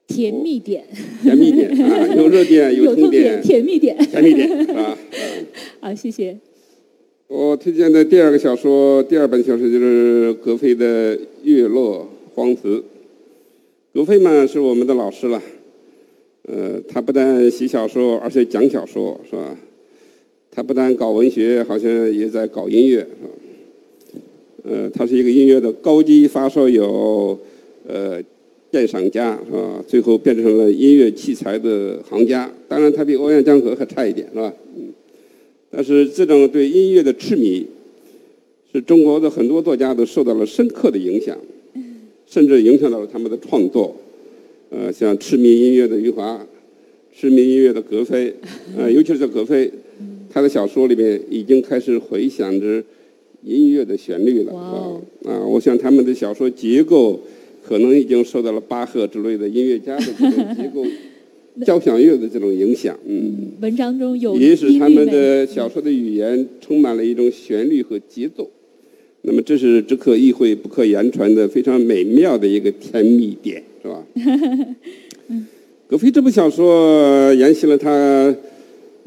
Speaker 1: 甜蜜点，
Speaker 4: 甜蜜点啊，有热点，
Speaker 1: 有
Speaker 4: 痛
Speaker 1: 痛点，甜蜜点，
Speaker 4: 甜蜜点，是吧？
Speaker 1: 好，谢谢。
Speaker 4: 我推荐的第二个小说，第二本小说就是格非的《月落荒辞》。格非嘛是我们的老师了，呃，他不但写小说，而且讲小说，是吧？他不但搞文学，好像也在搞音乐，是吧？呃，他是一个音乐的高级发烧友，呃，鉴赏家，是吧？最后变成了音乐器材的行家。当然，他比欧阳江河还差一点，是吧？但是这种对音乐的痴迷，是中国的很多作家都受到了深刻的影响，
Speaker 1: 嗯
Speaker 4: 甚至影响到了他们的创作。呃，像痴迷音乐的余华，痴迷音乐的格非， 呃，尤其是格非，
Speaker 1: 嗯
Speaker 4: 他的小说里面已经开始回响着音乐的旋律了。
Speaker 1: 哇
Speaker 4: 啊
Speaker 1: 哦
Speaker 4: 啊，我想他们的小说结构可能已经受到了巴赫之类的音乐家的这种结 构交响乐的这种影响。嗯。
Speaker 1: 文章中有
Speaker 4: 也使
Speaker 1: 音
Speaker 4: 他
Speaker 1: 律
Speaker 4: 们
Speaker 1: 美嗯
Speaker 4: 的小说的语言充满了一种旋律和节奏。那么，这是只可意会不可言传的非常美妙的一个甜蜜点，是吧？嗯葛飞这部小说沿袭了他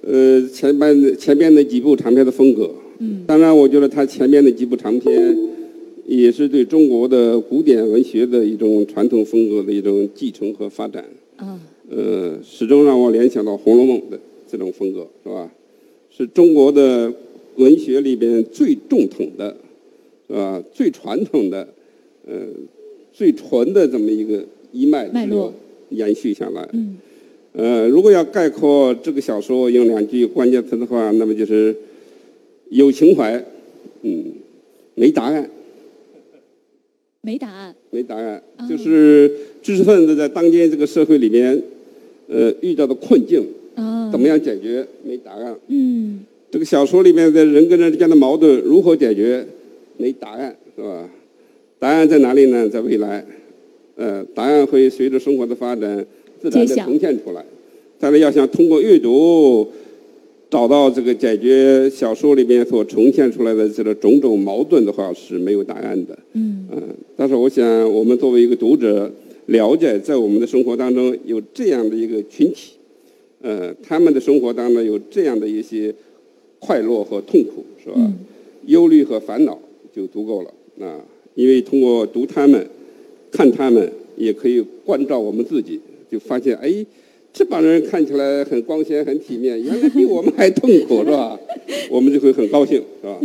Speaker 4: 呃前半的前边的几部长篇的风格。嗯，当然，我觉得他前面的几部长篇也是对中国的古典文学的一种传统风格的一种继承和发展。
Speaker 1: 啊，
Speaker 4: 呃，始终让我联想到《红楼梦》的这种风格，是吧？是中国的文学里边最正统的，是吧？最传统的，呃，最纯的这么一个一脉之
Speaker 1: 脉络
Speaker 4: 流延续下来。
Speaker 1: 嗯，
Speaker 4: 呃，如果要概括这个小说用两句关键词的话，那么就是有情怀，嗯，没答案，
Speaker 1: 没答案，
Speaker 4: 没答案
Speaker 1: 啊，
Speaker 4: 就是知识分子在当今这个社会里面，呃，遇到的困境。
Speaker 1: 啊，
Speaker 4: 怎么？样解决？没答案。
Speaker 1: 嗯，
Speaker 4: 这个小说里面的人跟人之间的矛盾如何解决？没答案，是吧？答案在哪里呢？在未来，呃，答案会随着生活的发展自
Speaker 1: 揭
Speaker 4: 然的
Speaker 1: 晓
Speaker 4: 呈现出来。但是要想通过阅读找到这个解决小说里面所呈现出来的这个种种矛盾的话，是没有答案的。
Speaker 1: 嗯，
Speaker 4: 嗯，但是我想，我们作为一个读者，了解在我们的生活当中有这样的一个群体，呃，他们的生活当中有这样的一些快乐和痛苦，是吧？
Speaker 1: 嗯
Speaker 4: 忧虑和烦恼就足够了啊，因为通过读他们、看他们，也可以关照我们自己，就发现哎。这帮人看起来很光鲜、很体面，原来比我们还痛 苦，是吧？我们就会很高兴，是吧？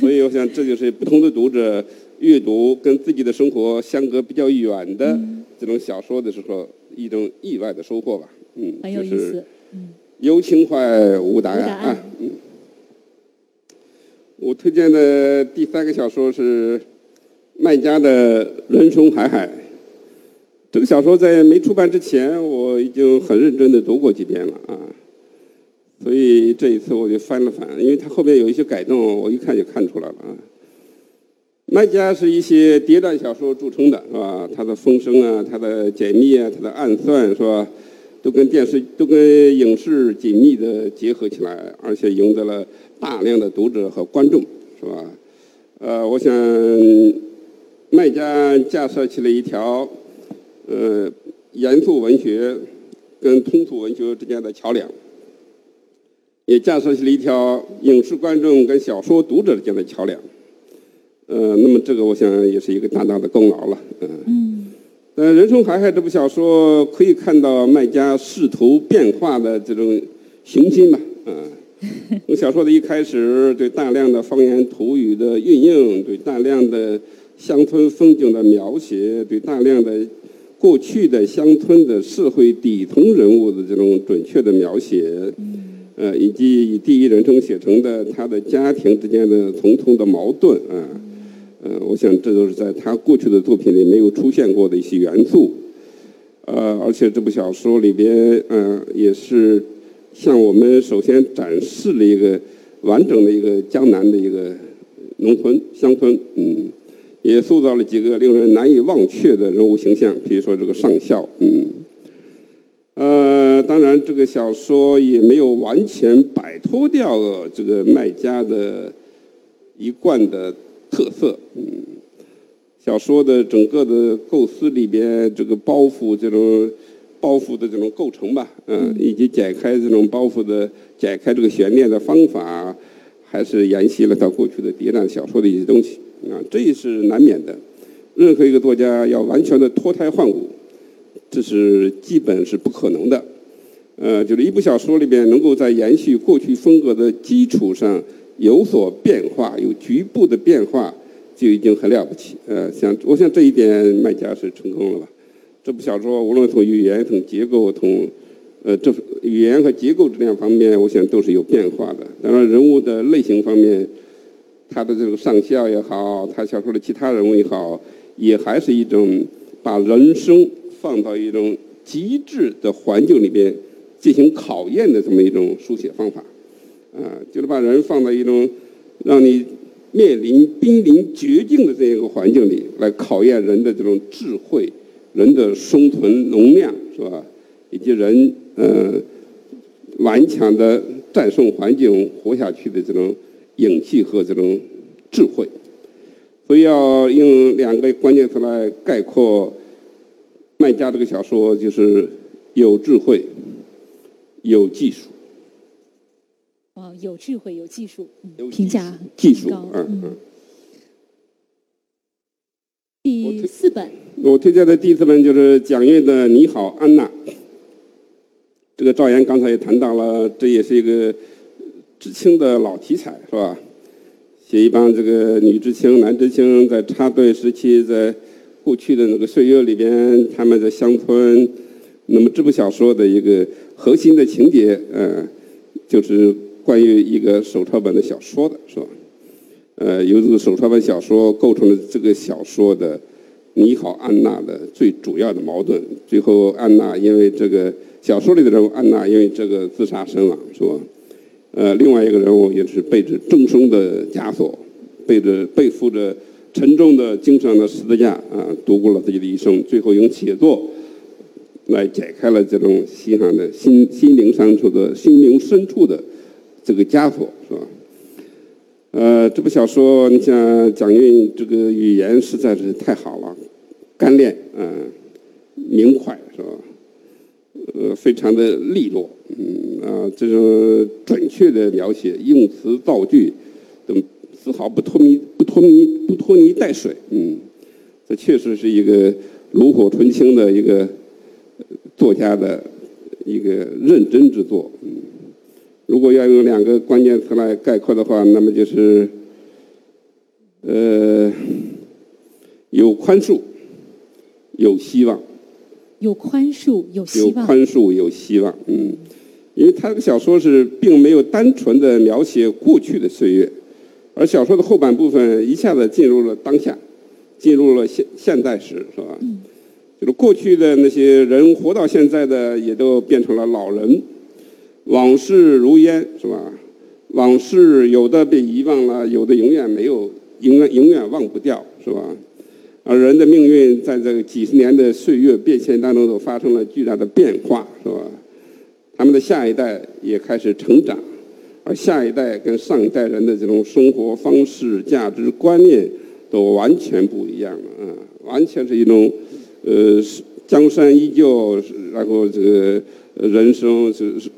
Speaker 4: 所以我想，这就是不同的读者阅读跟自己的生活相隔比较远的
Speaker 1: 嗯
Speaker 4: 这种小说的时候，一种意外的收获吧。嗯，
Speaker 1: 很有意
Speaker 4: 就是
Speaker 1: 思，嗯，
Speaker 4: 有情怀无答案
Speaker 1: 无答案
Speaker 4: 啊。嗯，我推荐的第三个小说是麦家的《人生海海》。这个小说在没出版之前，我已经很认真的读过几遍了啊，所以这一次我就翻了翻，因为它后面有一些改动，我一看就看出来了啊。麦家是一些谍战小说著称的，是吧？它的风声啊，它的解密啊，它的暗算，是吧？都跟电视、都跟影视紧密的结合起来，而且赢得了大量的读者和观众，是吧？呃，我想麦家架设起了一条呃严肃文学跟通俗文学之间的桥梁，也架设起了一条影视观众跟小说读者之间的桥梁。呃，那么这个我想也是一个大大的功劳了，嗯、
Speaker 1: 嗯，
Speaker 4: 呃，《人生海海》这部小说可以看到卖家试图变化的这种雄心吧，啊，从小说的一开始，对大量的方言土语的运用，对大量的乡村风景的描写，对大量的过去的乡村的社会底层人物的这种准确的描写，呃，以及以第一人称写成的他的家庭之间的重重的矛盾啊，呃，我想这都是在他过去的作品里没有出现过的一些元素，呃，而且这部小说里边，呃，也是向我们首先展示了一个完整的一个江南的一个农村乡村，嗯。也塑造了几个令人难以忘却的人物形象，比如说这个上校，嗯，呃，当然这个小说也没有完全摆脱掉这个卖家的一贯的特色，嗯，小说的整个的构思里边，这个包袱这种包袱的这种构成吧，嗯，以及解开这种包袱的解开这个悬念的方法，还是沿袭了他过去的谍战小说的一些东西。啊，这也是难免的。任何一个作家要完全的脱胎换骨，这是基本是不可能的。呃，就是一部小说里边能够在延续过去风格的基础上有所变化，有局部的变化，就已经很了不起。呃，想我想这一点卖家是成功了吧？这部小说无论从语言、从结构、从呃这语言和结构这两方面，我想都是有变化的。当然，人物的类型方面。他的这个上校也好，他小说的其他人物也好，也还是一种把人生放到一种极致的环境里边进行考验的这么一种书写方法，啊、呃，就是把人放到一种让你面临濒临绝境的这样一个环境里来考验人的这种智慧、人的生存能量，是吧？以及人呃顽强的战胜环境、活下去的这种。勇气和这种智慧，所以要用两个关键词来概括麦家这个小说，就是有智慧，有技术。
Speaker 1: 哇，有智慧，有技术，
Speaker 4: 有
Speaker 1: 嗯、评价
Speaker 4: 技术，
Speaker 1: 高
Speaker 4: 嗯嗯。
Speaker 1: 第四本，
Speaker 4: 我推荐的第四本就是蒋阅的《你好，安娜》。这个赵岩刚才也谈到了，这也是一个。知青的老题材是吧？写一帮这个女知青、男知青在插队时期，在过去的那个岁月里边，他们在乡村。那么这部小说的一个核心的情节，呃，就是关于一个手抄本的小说的是吧？呃，由这个手抄本小说构成了这个小说的《你好，安娜》的最主要的矛盾。最后，安娜因为这个小说里的人物安娜因为这个自杀身亡，是吧？呃，另外一个人物也是背着终生的枷锁，背着背负着沉重的精神的十字架啊，度过了自己的一生，最后用写作来解开了这种西汉的心心灵深处的心灵深处的这个枷锁，是吧？呃，这部小说，你像蒋韵这个语言实在是太好了，干练啊、呃，明快，是吧？呃，非常的利落，嗯啊，这种准确的描写，用词造句，等丝毫不拖泥不拖泥不拖泥带水，嗯，这确实是一个炉火纯青的一个呃作家的一个认真之作，嗯，如果要用两个关键词来概括的话，那么就是呃，有宽恕，有希望。
Speaker 1: 有宽恕，有
Speaker 4: 有
Speaker 1: 希望，
Speaker 4: 宽恕，有希望。嗯，因为他这个小说是并没有单纯的描写过去的岁月，而小说的后半部分一下子进入了当下，进入了现现代史，是吧？
Speaker 1: 嗯
Speaker 4: 就是过去的那些人活到现在的，也都变成了老人，往事如烟，是吧？往事有的被遗忘了，有的永远没有，永远永远忘不掉，是吧？而啊人的命运在这个几十年的岁月变迁当中，都发生了巨大的变化，是吧？他们的下一代也开始成长，而下一代跟上一代人的这种生活方式、价值观念都完全不一样了啊，完全是一种呃江山依旧，然后这个人生是是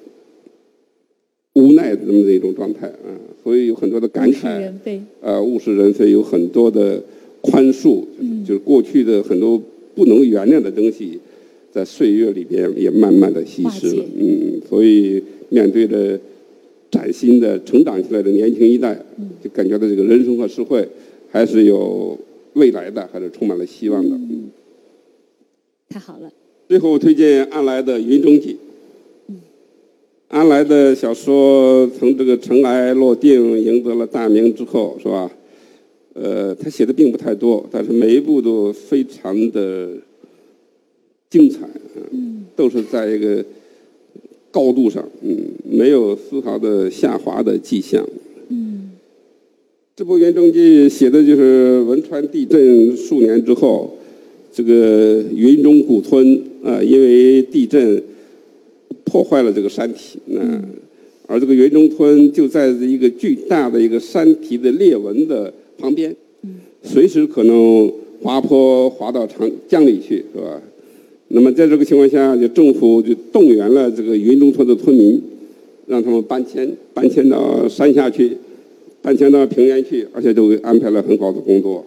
Speaker 4: 无奈这么的一种状态啊，所以有很多的感
Speaker 1: 物是
Speaker 4: 慨。
Speaker 1: 人非。
Speaker 4: 呃，物是人非有很多的宽恕，
Speaker 1: 嗯
Speaker 4: 就是过去的很多不能原谅的东西，在岁月里边也慢慢的稀释
Speaker 1: 化
Speaker 4: 了
Speaker 1: 解。
Speaker 4: 嗯，所以面对着崭新的成长起来的年轻一代，
Speaker 1: 嗯
Speaker 4: 就感觉到这个人生和社会还是有未来的，还是充满了希望的。嗯
Speaker 1: 太好了，
Speaker 4: 最后推荐安来的《云中记》。安来的小说从这个尘埃落定赢得了大名之后，是吧？呃，他写的并不太多，但是每一部都非常的精彩，嗯，都是在一个高度上，嗯，没有丝毫的下滑的迹象。
Speaker 1: 嗯
Speaker 4: 这部《圆中记》写的就是汶川地震数年之后，这个云中古村啊、因为地震啊破坏了这个山体，那、而这个云中村就在一个巨大的一个山体的裂纹的旁边，随时可能滑坡滑到长江里去，是吧？那么在这个情况下，就政府就动员了这个云中村的村民，让他们搬迁，搬迁到山下去，搬迁到平原去，而且都给安排了很好的工作。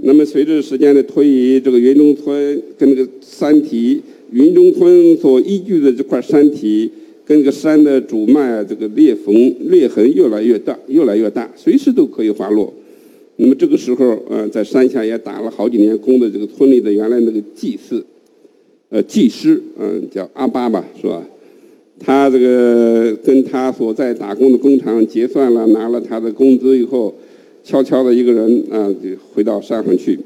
Speaker 4: 那么随着时间的推移，这个云中村跟这个山体，云中村所依据的这块山体，跟这个山的主脉啊，这个裂缝裂痕越来越大，越来越大，随时都可以滑落。那么这个时候，呃，在山下也打了好几年工的这个村里的原来那个祭祀，呃，技师，嗯，叫阿巴吧，是吧？他这个跟他所在打工的工厂结算了，拿了他的工资以后，悄悄的一个人啊，就回到山上去。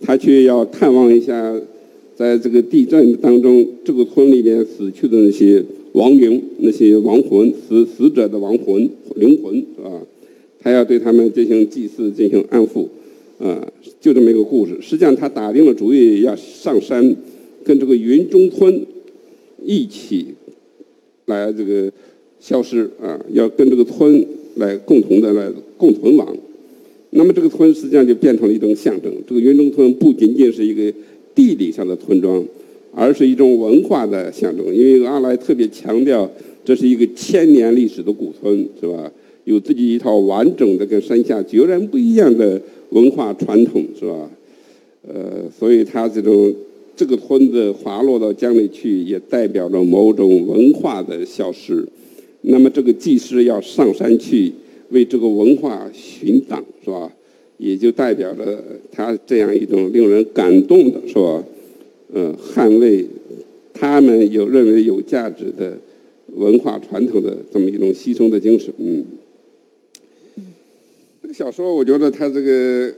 Speaker 4: 他去要探望一下，在这个地震当中，这个村里边死去的那些亡灵、那些亡魂、死死者的亡魂、灵魂啊，他要对他们进行祭祀、进行安抚。啊，就这么一个故事。实际上，他打定了主意要上山，跟这个云中村一起来这个消失啊，要跟这个村来共同的来共存亡。那么这个村实际上就变成了一种象征。这个云中村不仅仅是一个地理上的村庄，而是一种文化的象征。因为阿来特别强调，这是一个千年历史的古村，是吧？有自己一套完整的跟山下截然不一样的文化传统，是吧？呃，所以它这种这个村子滑落到江里去，也代表着某种文化的消失。那么这个技师要上山去为这个文化寻党，是吧？也就代表着他这样一种令人感动的，是吧？呃，捍卫他们有认为有价值的文化传统的这么一种牺牲的精神，嗯。这个小说，我觉得它这个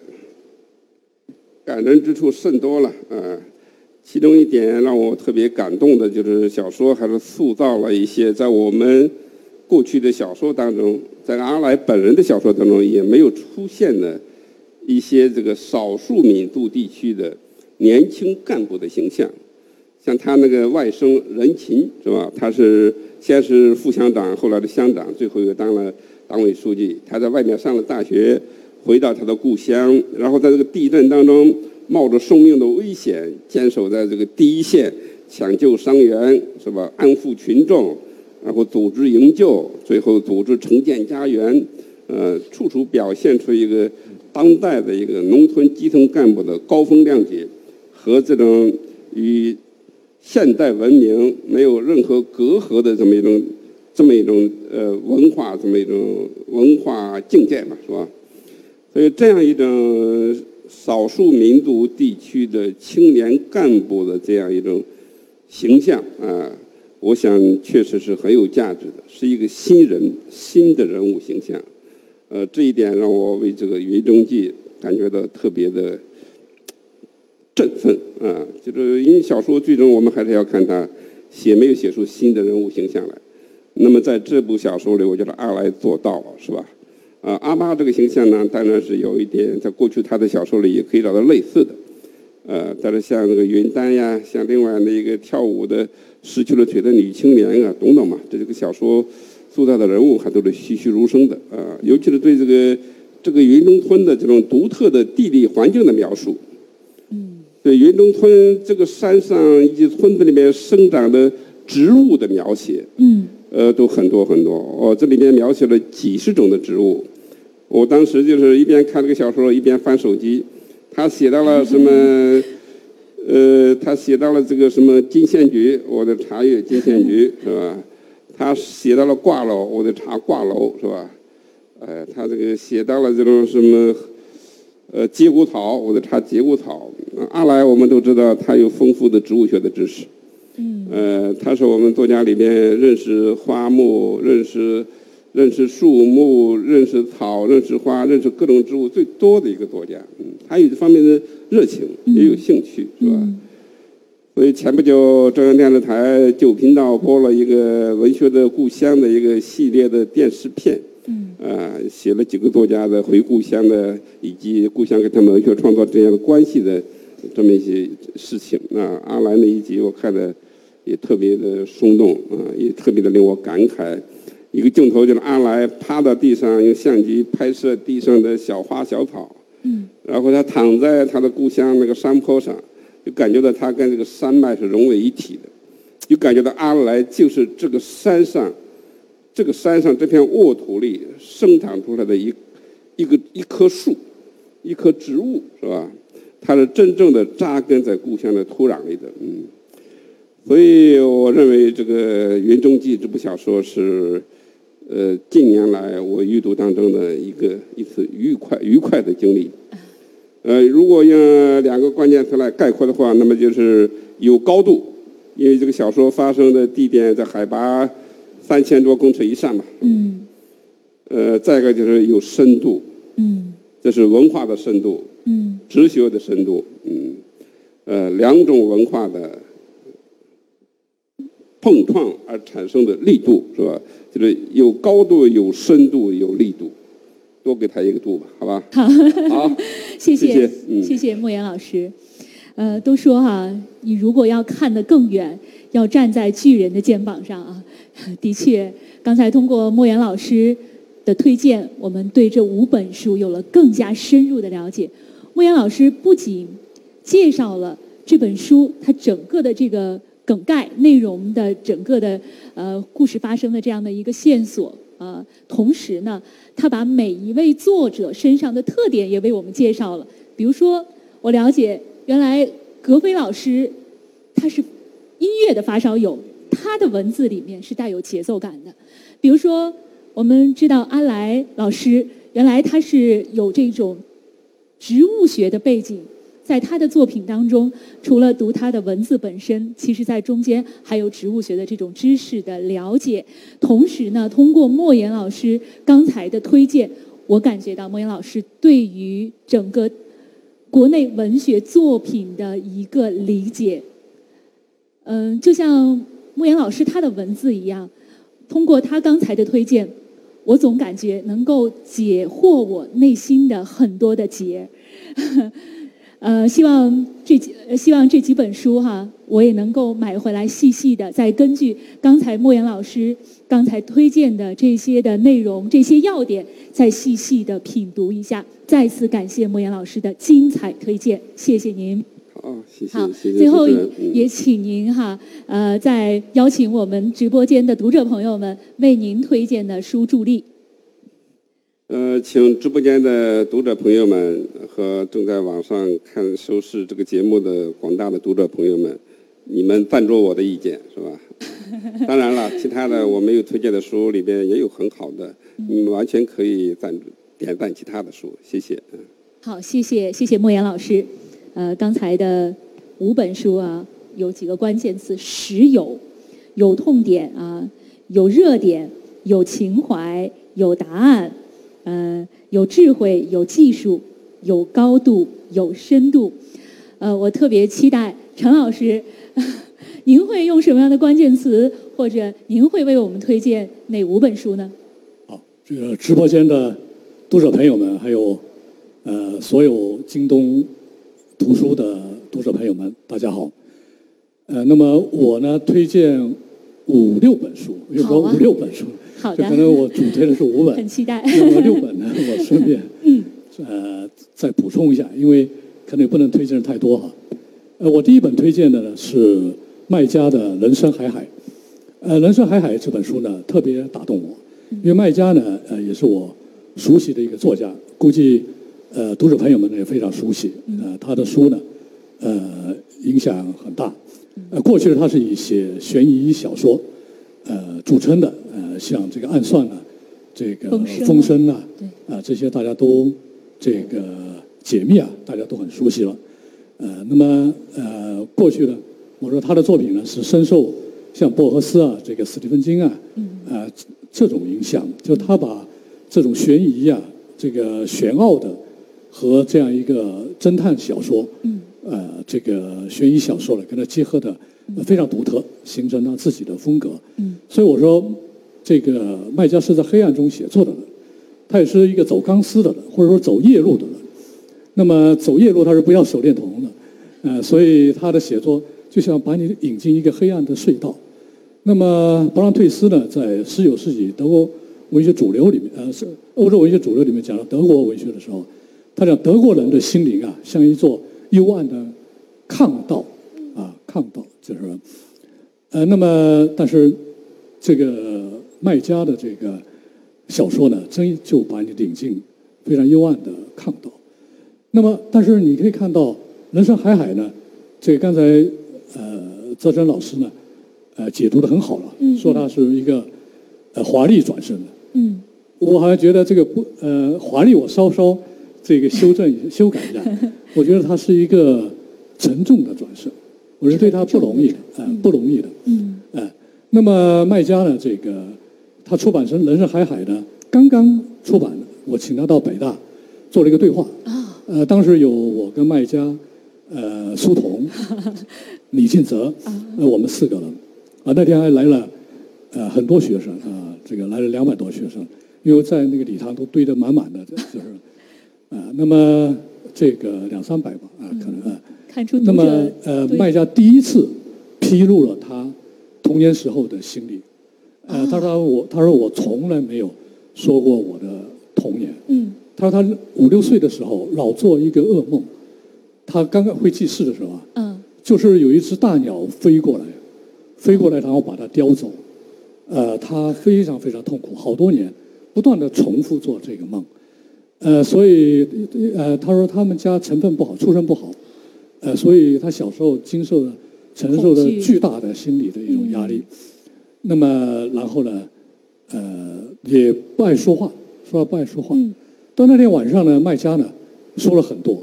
Speaker 4: 感人之处甚多了啊、其中一点让我特别感动的就是，小说还是塑造了一些在我们过去的小说当中，在阿来本人的小说当中也没有出现的一些这个少数民族地区的年轻干部的形象。像他那个外甥任勤是吧？他是先是副乡长，后来的乡长，最后又当了党委书记。他在外面上了大学，回到他的故乡，然后在这个地震当中冒着生命的危险，坚守在这个第一线，抢救伤员是吧？安抚群众，然后组织营救，最后组织重建家园，呃，处处表现出一个当代的一个农村基层干部的高风亮节和这种与现代文明没有任何隔阂的这么一种、这么一种呃文化、这么一种文化境界吧，是吧？所以这样一种少数民族地区的青年干部的这样一种形象啊，我想确实是很有价值的，是一个新人、新的人物形象。呃，这一点让我为这个《云中记》感觉到特别的振奋啊！就是因为小说最终我们还是要看他写没有写出新的人物形象来。那么在这部小说里，我觉得阿来做到了，是吧？啊，阿巴这个形象呢，当然是有一点，在过去他的小说里也可以找到类似的。呃，但是像这个云丹呀，像另外那一个跳舞的失去了腿的女青年啊，等等嘛，这这个小说塑造的人物还都是栩栩如生的啊、尤其是对这个这个云中村的这种独特的地理环境的描述，对云中村这个山上以及村子里面生长的植物的描写，
Speaker 1: 嗯
Speaker 4: 呃，都很多很多。我、这里面描写了几十种的植物。我当时就是一边看这个小说，一边翻手机。他写到了什么？呃，他写到了这个什么金线菊，我在查阅金线菊，是吧？他写到了挂楼，我在查挂楼，是吧？呃，他这个写到了这种什么呃，节骨草，我在查节骨草。呃阿来我们都知道，他有丰富的植物学的知识。嗯。呃，他是我们作家里面认识花木、认识认识树木、认识草、认识花、认识各种植物最多的一个作家。嗯，他有这方面的热情，也有兴趣，是吧？所以前不久，中央电视台九频道播了一个《文学的故乡》的一个系列的电视片，嗯，啊，写了几个作家的回故乡的，以及故乡跟他们文学创作之间的关系的这么一些事情。那阿兰那一集我看的也特别的松动啊，也特别的令我感慨。一个镜头就是阿来趴到地上，用相机拍摄地上的小花小草，嗯，然后他躺在他的故乡那个山坡上，就感觉到他跟这个山脉是融为一体的，就感觉到阿来就是这个山上，这个山上这片沃土里生长出来的一一个一棵树，一棵植物是吧？它是真正的扎根在故乡的土壤里的，嗯。所以我认为这个《云中记》这部小说是，呃，近年来我阅读当中的一个一次愉快愉快的经历。呃，如果用两个关键词来概括的话，那么就是有高度，因为这个小说发生的地点在海拔三千多公尺以上嘛。
Speaker 1: 嗯
Speaker 4: 呃，再一个就是有深度，
Speaker 1: 嗯
Speaker 4: 这是文化的深度，
Speaker 1: 嗯
Speaker 4: 哲学的深度，嗯，呃，两种文化的碰撞而产生的力度，是吧？就是有高度、有深度、有力度，多给他一个度吧，好吧？好，
Speaker 1: 谢谢
Speaker 4: 谢谢嗯
Speaker 1: 谢谢莫言老师。呃，都说哈、你如果要看得更远，要站在巨人的肩膀上啊。 的确，刚才通过莫言老师的推荐，我们对这五本书有了更加深入的了解。莫言老师不仅介绍了这本书它整个的这个梗概内容的整个的呃故事发生的这样的一个线索。呃，同时呢，他把每一位作者身上的特点也为我们介绍了。比如说，我了解原来格非老师他是音乐的发烧友，他的文字里面是带有节奏感的。比如说，我们知道安来老师原来他是有这种植物学的背景，在他的作品当中，除了读他的文字本身，其实在中间还有植物学的这种知识的了解。同时呢，通过莫言老师刚才的推荐，我感觉到莫言老师对于整个国内文学作品的一个理解。嗯，就像莫言老师他的文字一样，通过他刚才的推荐，我总感觉能够解惑我内心的很多的结。呃，希望这几呃希望这几本书哈，我也能够买回来细细的，再根据刚才莫言老师刚才推荐的这些的内容、这些要点，再细细的品读一下。再次感谢莫言老师的精彩推荐，谢谢您。
Speaker 4: 嗯谢谢
Speaker 1: 好，，
Speaker 4: 谢谢
Speaker 1: 最后
Speaker 4: 主持人嗯
Speaker 1: 也请您哈，呃，再邀请我们直播间的读者朋友们为您推荐的书助力。
Speaker 4: 呃，请直播间的读者朋友们和正在网上看收视这个节目的广大的读者朋友们，你们赞助我的意见是 吧？当然了，其他的我没有推荐的书里边也有很好的，你们完全可以赞助点赞其他的书，谢谢。嗯
Speaker 1: 好，谢谢谢谢莫言老师。呃，刚才的五本书啊，有几个关键词：实有、有痛点啊，有热点，有情怀，有答案，呃，有智慧，有技术，有高度，有深度。呃，我特别期待陈老师， 您会用什么样的关键词，或者您会为我们推荐哪五本书呢？
Speaker 3: 好，这个直播间的读者朋友们，还有呃所有京东图书的读者朋友们，大家好。呃，那么我呢推荐五六本书，又
Speaker 1: 好
Speaker 3: 说
Speaker 1: 啊
Speaker 3: 五六本书，
Speaker 1: 好
Speaker 3: 就
Speaker 1: 的
Speaker 3: 可能我主推的是五 本，
Speaker 1: 很期待。
Speaker 3: 那么六本呢，我 顺便
Speaker 1: 嗯
Speaker 3: 呃再补充一下，因为可能也不能推荐的太多哈。呃，我第一本推荐的呢是麦家的《人生海海》。呃，《人生海海》这本书呢特别打动我，
Speaker 1: 嗯
Speaker 3: 因为麦家呢呃也是我熟悉的一个作家，估计呃读者朋友们呢也非常熟悉。
Speaker 1: 嗯
Speaker 3: 呃，他的书呢呃影响很大。
Speaker 1: 嗯
Speaker 3: 呃，过去他是以写悬疑小说呃著称的，呃像这个《暗算》啊，这个
Speaker 1: 风声啊
Speaker 3: 风声》啊，
Speaker 1: 对
Speaker 3: 啊、这些大家都这个解密啊，大家都很熟悉了。呃，那么呃，过去呢，我说他的作品呢是深受像博赫斯啊、这个斯蒂芬金啊，啊、呃、这种影响，就他把这种悬疑啊、这个玄奥的和这样一个侦探小说，嗯，呃，这个悬疑小说呢，跟它结合的非常独特，形成他自己的风格。嗯，所以我说，这个麦家是在黑暗中写作的人，他也是一个走钢丝的人，或者说走夜路的人。那么走夜路他是不要手电筒的，呃，所以他的写作就像把你引进一个黑暗的隧道。那么勃朗退斯呢，在十九世纪德国文学主流里面，呃，是欧洲文学主流里面讲到德国文学的时候，他讲德国人的心灵啊，像一座幽暗的抗道啊，抗道就是说，呃，那么但是这个麦家的这个小说呢，真就把你领进非常幽暗的抗道。那么，但是你可以看到，人生海海呢，这个刚才呃，泽成老师呢，呃，解读的很好了，
Speaker 1: 嗯
Speaker 3: 说他是一个呃华丽转身的。
Speaker 1: 嗯
Speaker 3: 我还觉得这个不呃华丽，我稍稍这个修正 一下修改一下，我觉得他是一个沉重的转身，我觉得对他不容易的，呃，不容易的。
Speaker 1: 嗯
Speaker 3: 哎，那么麦家呢，这个他出版社《人生海海》呢，刚刚出版的，我请他到北大做了一个对话。
Speaker 1: 啊
Speaker 3: 呃，当时有我跟麦家，呃，苏 童、李进泽，呃，我们四个人，啊，那天还来了，呃，很多学生啊，这个来了两百多学生，因为在那个礼堂都堆得满满的，就是，啊，那么这个两三百吧，啊，可能啊。
Speaker 1: 看出
Speaker 3: 那
Speaker 1: 读
Speaker 3: 么
Speaker 1: 者
Speaker 3: 呃，
Speaker 1: 对
Speaker 3: 卖家第一次披露了他童年时候的心理。呃，他说我，他说我从来没有说过我的童年。
Speaker 1: 嗯
Speaker 3: 他说他五六岁的时候老做一个噩梦，他刚刚会记事的时候啊，
Speaker 1: 嗯
Speaker 3: 就是有一只大鸟飞过来，飞过来然后把它叼走，呃，他非常非常痛苦，好多年不断的重复做这个梦，呃，所以呃，他说他们家成分不好，出身不好，呃，所以他小时候经受了承
Speaker 1: 恐
Speaker 3: 受了
Speaker 1: 惧
Speaker 3: 巨大的心理的一种压力，那么然后呢，呃，也不爱说话，说话不爱说话。
Speaker 1: 嗯
Speaker 3: 到那天晚上呢，卖家呢说了很多，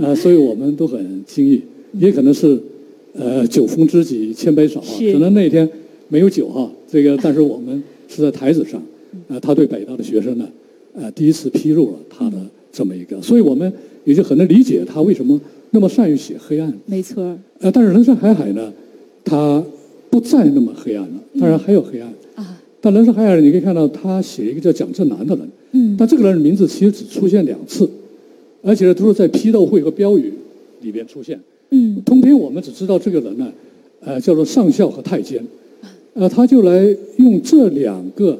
Speaker 3: 呃，所以我们都很惊异，也可能是呃酒逢知己千杯少啊，
Speaker 1: 是
Speaker 3: 可能那天没有酒哈、这个但是我们是在台子上，呃，他对北大的学生呢，呃，第一次披露了他的这么一个，所以我们也就很能理解他为什么那么善于写黑暗，
Speaker 1: 没错儿
Speaker 3: 呃，但是人生海海呢，他不再那么黑暗了，当然还有黑暗。
Speaker 1: 啊
Speaker 3: 但人生海海，你可以看到他写一个叫蒋振南的人，
Speaker 1: 嗯
Speaker 3: 但这个人的名字其实只出现两次，而且呢都是在批斗会和标语里边出现。
Speaker 1: 嗯
Speaker 3: 通篇我们只知道这个人呢，呃，叫做上校和太监，呃，他就来用这两个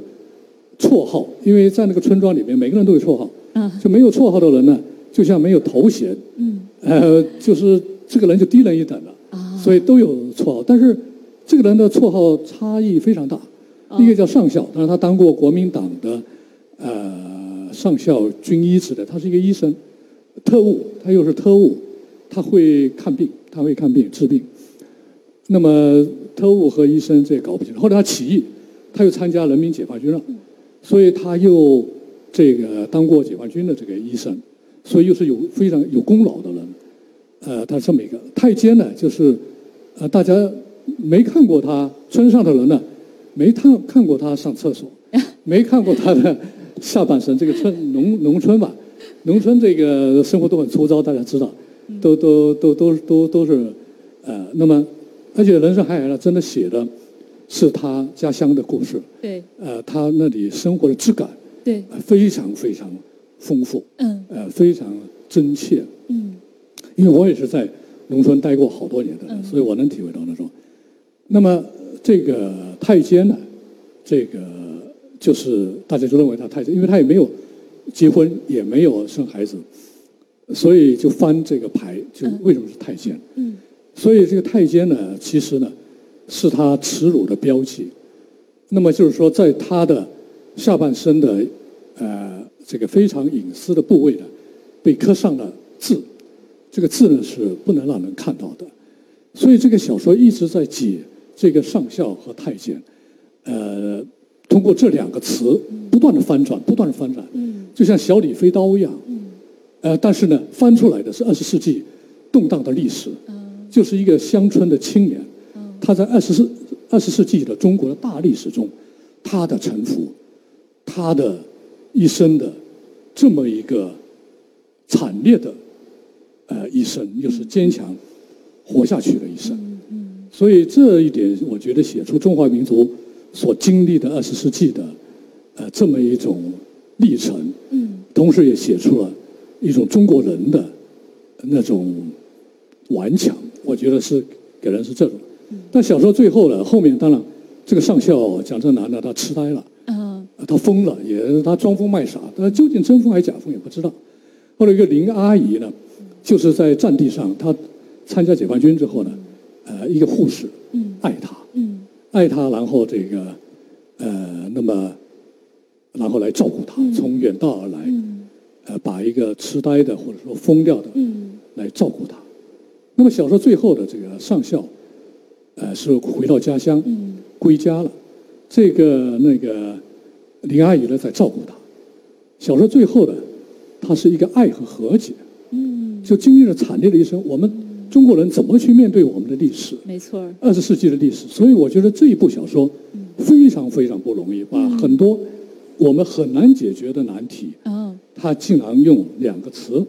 Speaker 3: 绰号，因为在那个村庄里面，每个人都有绰号，
Speaker 1: 啊
Speaker 3: 就没有绰号的人呢，就像没有头衔，
Speaker 1: 嗯
Speaker 3: 呃，就是这个人就低人一等了，
Speaker 1: 啊
Speaker 3: 所以都有绰号。但是这个人的绰号差异非常大，一个叫上校，当然他当过国民党的呃上校、军医之类，他是一个医生，特务，他又是特务，他会看病，他会看病治病。那么特务和医生这也搞不清楚。后来他起义，他又参加人民解放军了，所以他又这个当过解放军的这个医生，所以又是有非常有功劳的人。呃，他是这么一个太监呢，就是呃大家没看过他村上的人呢，没看看过他上厕所，没看过他的下半身。这个村农农村吧，农村这个生活都很粗糙，大家知道，都都都都都都是呃，那么而且人生海海呢，真的写的是他家乡的故事，
Speaker 1: 对
Speaker 3: 呃，他那里生活的质感
Speaker 1: 对
Speaker 3: 呃非常非常丰富，
Speaker 1: 嗯
Speaker 3: 呃，非常真切。
Speaker 1: 嗯
Speaker 3: 因为我也是在农村待过好多年的人，
Speaker 1: 嗯
Speaker 3: 所以我能体会到那种。那么这个太监呢，这个就是大家就认为他太监，因为他也没有结婚，也没有生孩子，所以就翻这个牌，就为什么是太监？
Speaker 1: 嗯
Speaker 3: 所以这个太监呢，其实呢，是他耻辱的标记。那么就是说，在他的下半身的呃这个非常隐私的部位呢，被刻上了字，这个字呢是不能让人看到的。所以这个小说一直在解这个上校和太监，呃，通过这两个词不断的翻转，不断的翻转，就像小李飞刀一样，呃，但是呢，翻出来的是二十世纪动荡的历史，就是一个乡村的青年，他在二十世二十世纪的中国的大历史中，他的沉浮，他的一生的这么一个惨烈的呃一生，又是坚强活下去的一生。所以这一点，我觉得写出中华民族所经历的二十世纪的呃这么一种历程，
Speaker 1: 嗯，
Speaker 3: 同时也写出了一种中国人的那种顽强，我觉得是给人是这种。但小说最后呢，后面当然这个上校蒋正南呢，他痴呆了。
Speaker 1: 嗯
Speaker 3: 啊他疯了，也他装疯卖傻，但究竟真疯还是假疯也不知道。后来一个林阿姨呢，就是在战地上，她参加解放军之后呢，呃，一个护士，
Speaker 1: 嗯
Speaker 3: 爱她，
Speaker 1: 嗯
Speaker 3: 爱她，然后这个，呃，那么，然后来照顾她，从远道而来，
Speaker 1: 嗯
Speaker 3: 呃，把一个痴呆的或者说疯掉的
Speaker 1: 嗯
Speaker 3: 来照顾她。那么小说最后的这个上校，呃，是回到家乡，
Speaker 1: 嗯
Speaker 3: 归家了。这个那个林阿姨呢，在照顾他。小说最后呢，他是一个爱和和解，
Speaker 1: 嗯，
Speaker 3: 就经历了惨烈的一生。我们中国人怎么去面对我们的历史？
Speaker 1: 没错儿，
Speaker 3: 二十世纪的历史，所以我觉得这一部小说
Speaker 1: 嗯
Speaker 3: 非常非常不容易，把很多我们很难解决的难题，
Speaker 1: 哦
Speaker 3: 他竟然用两个词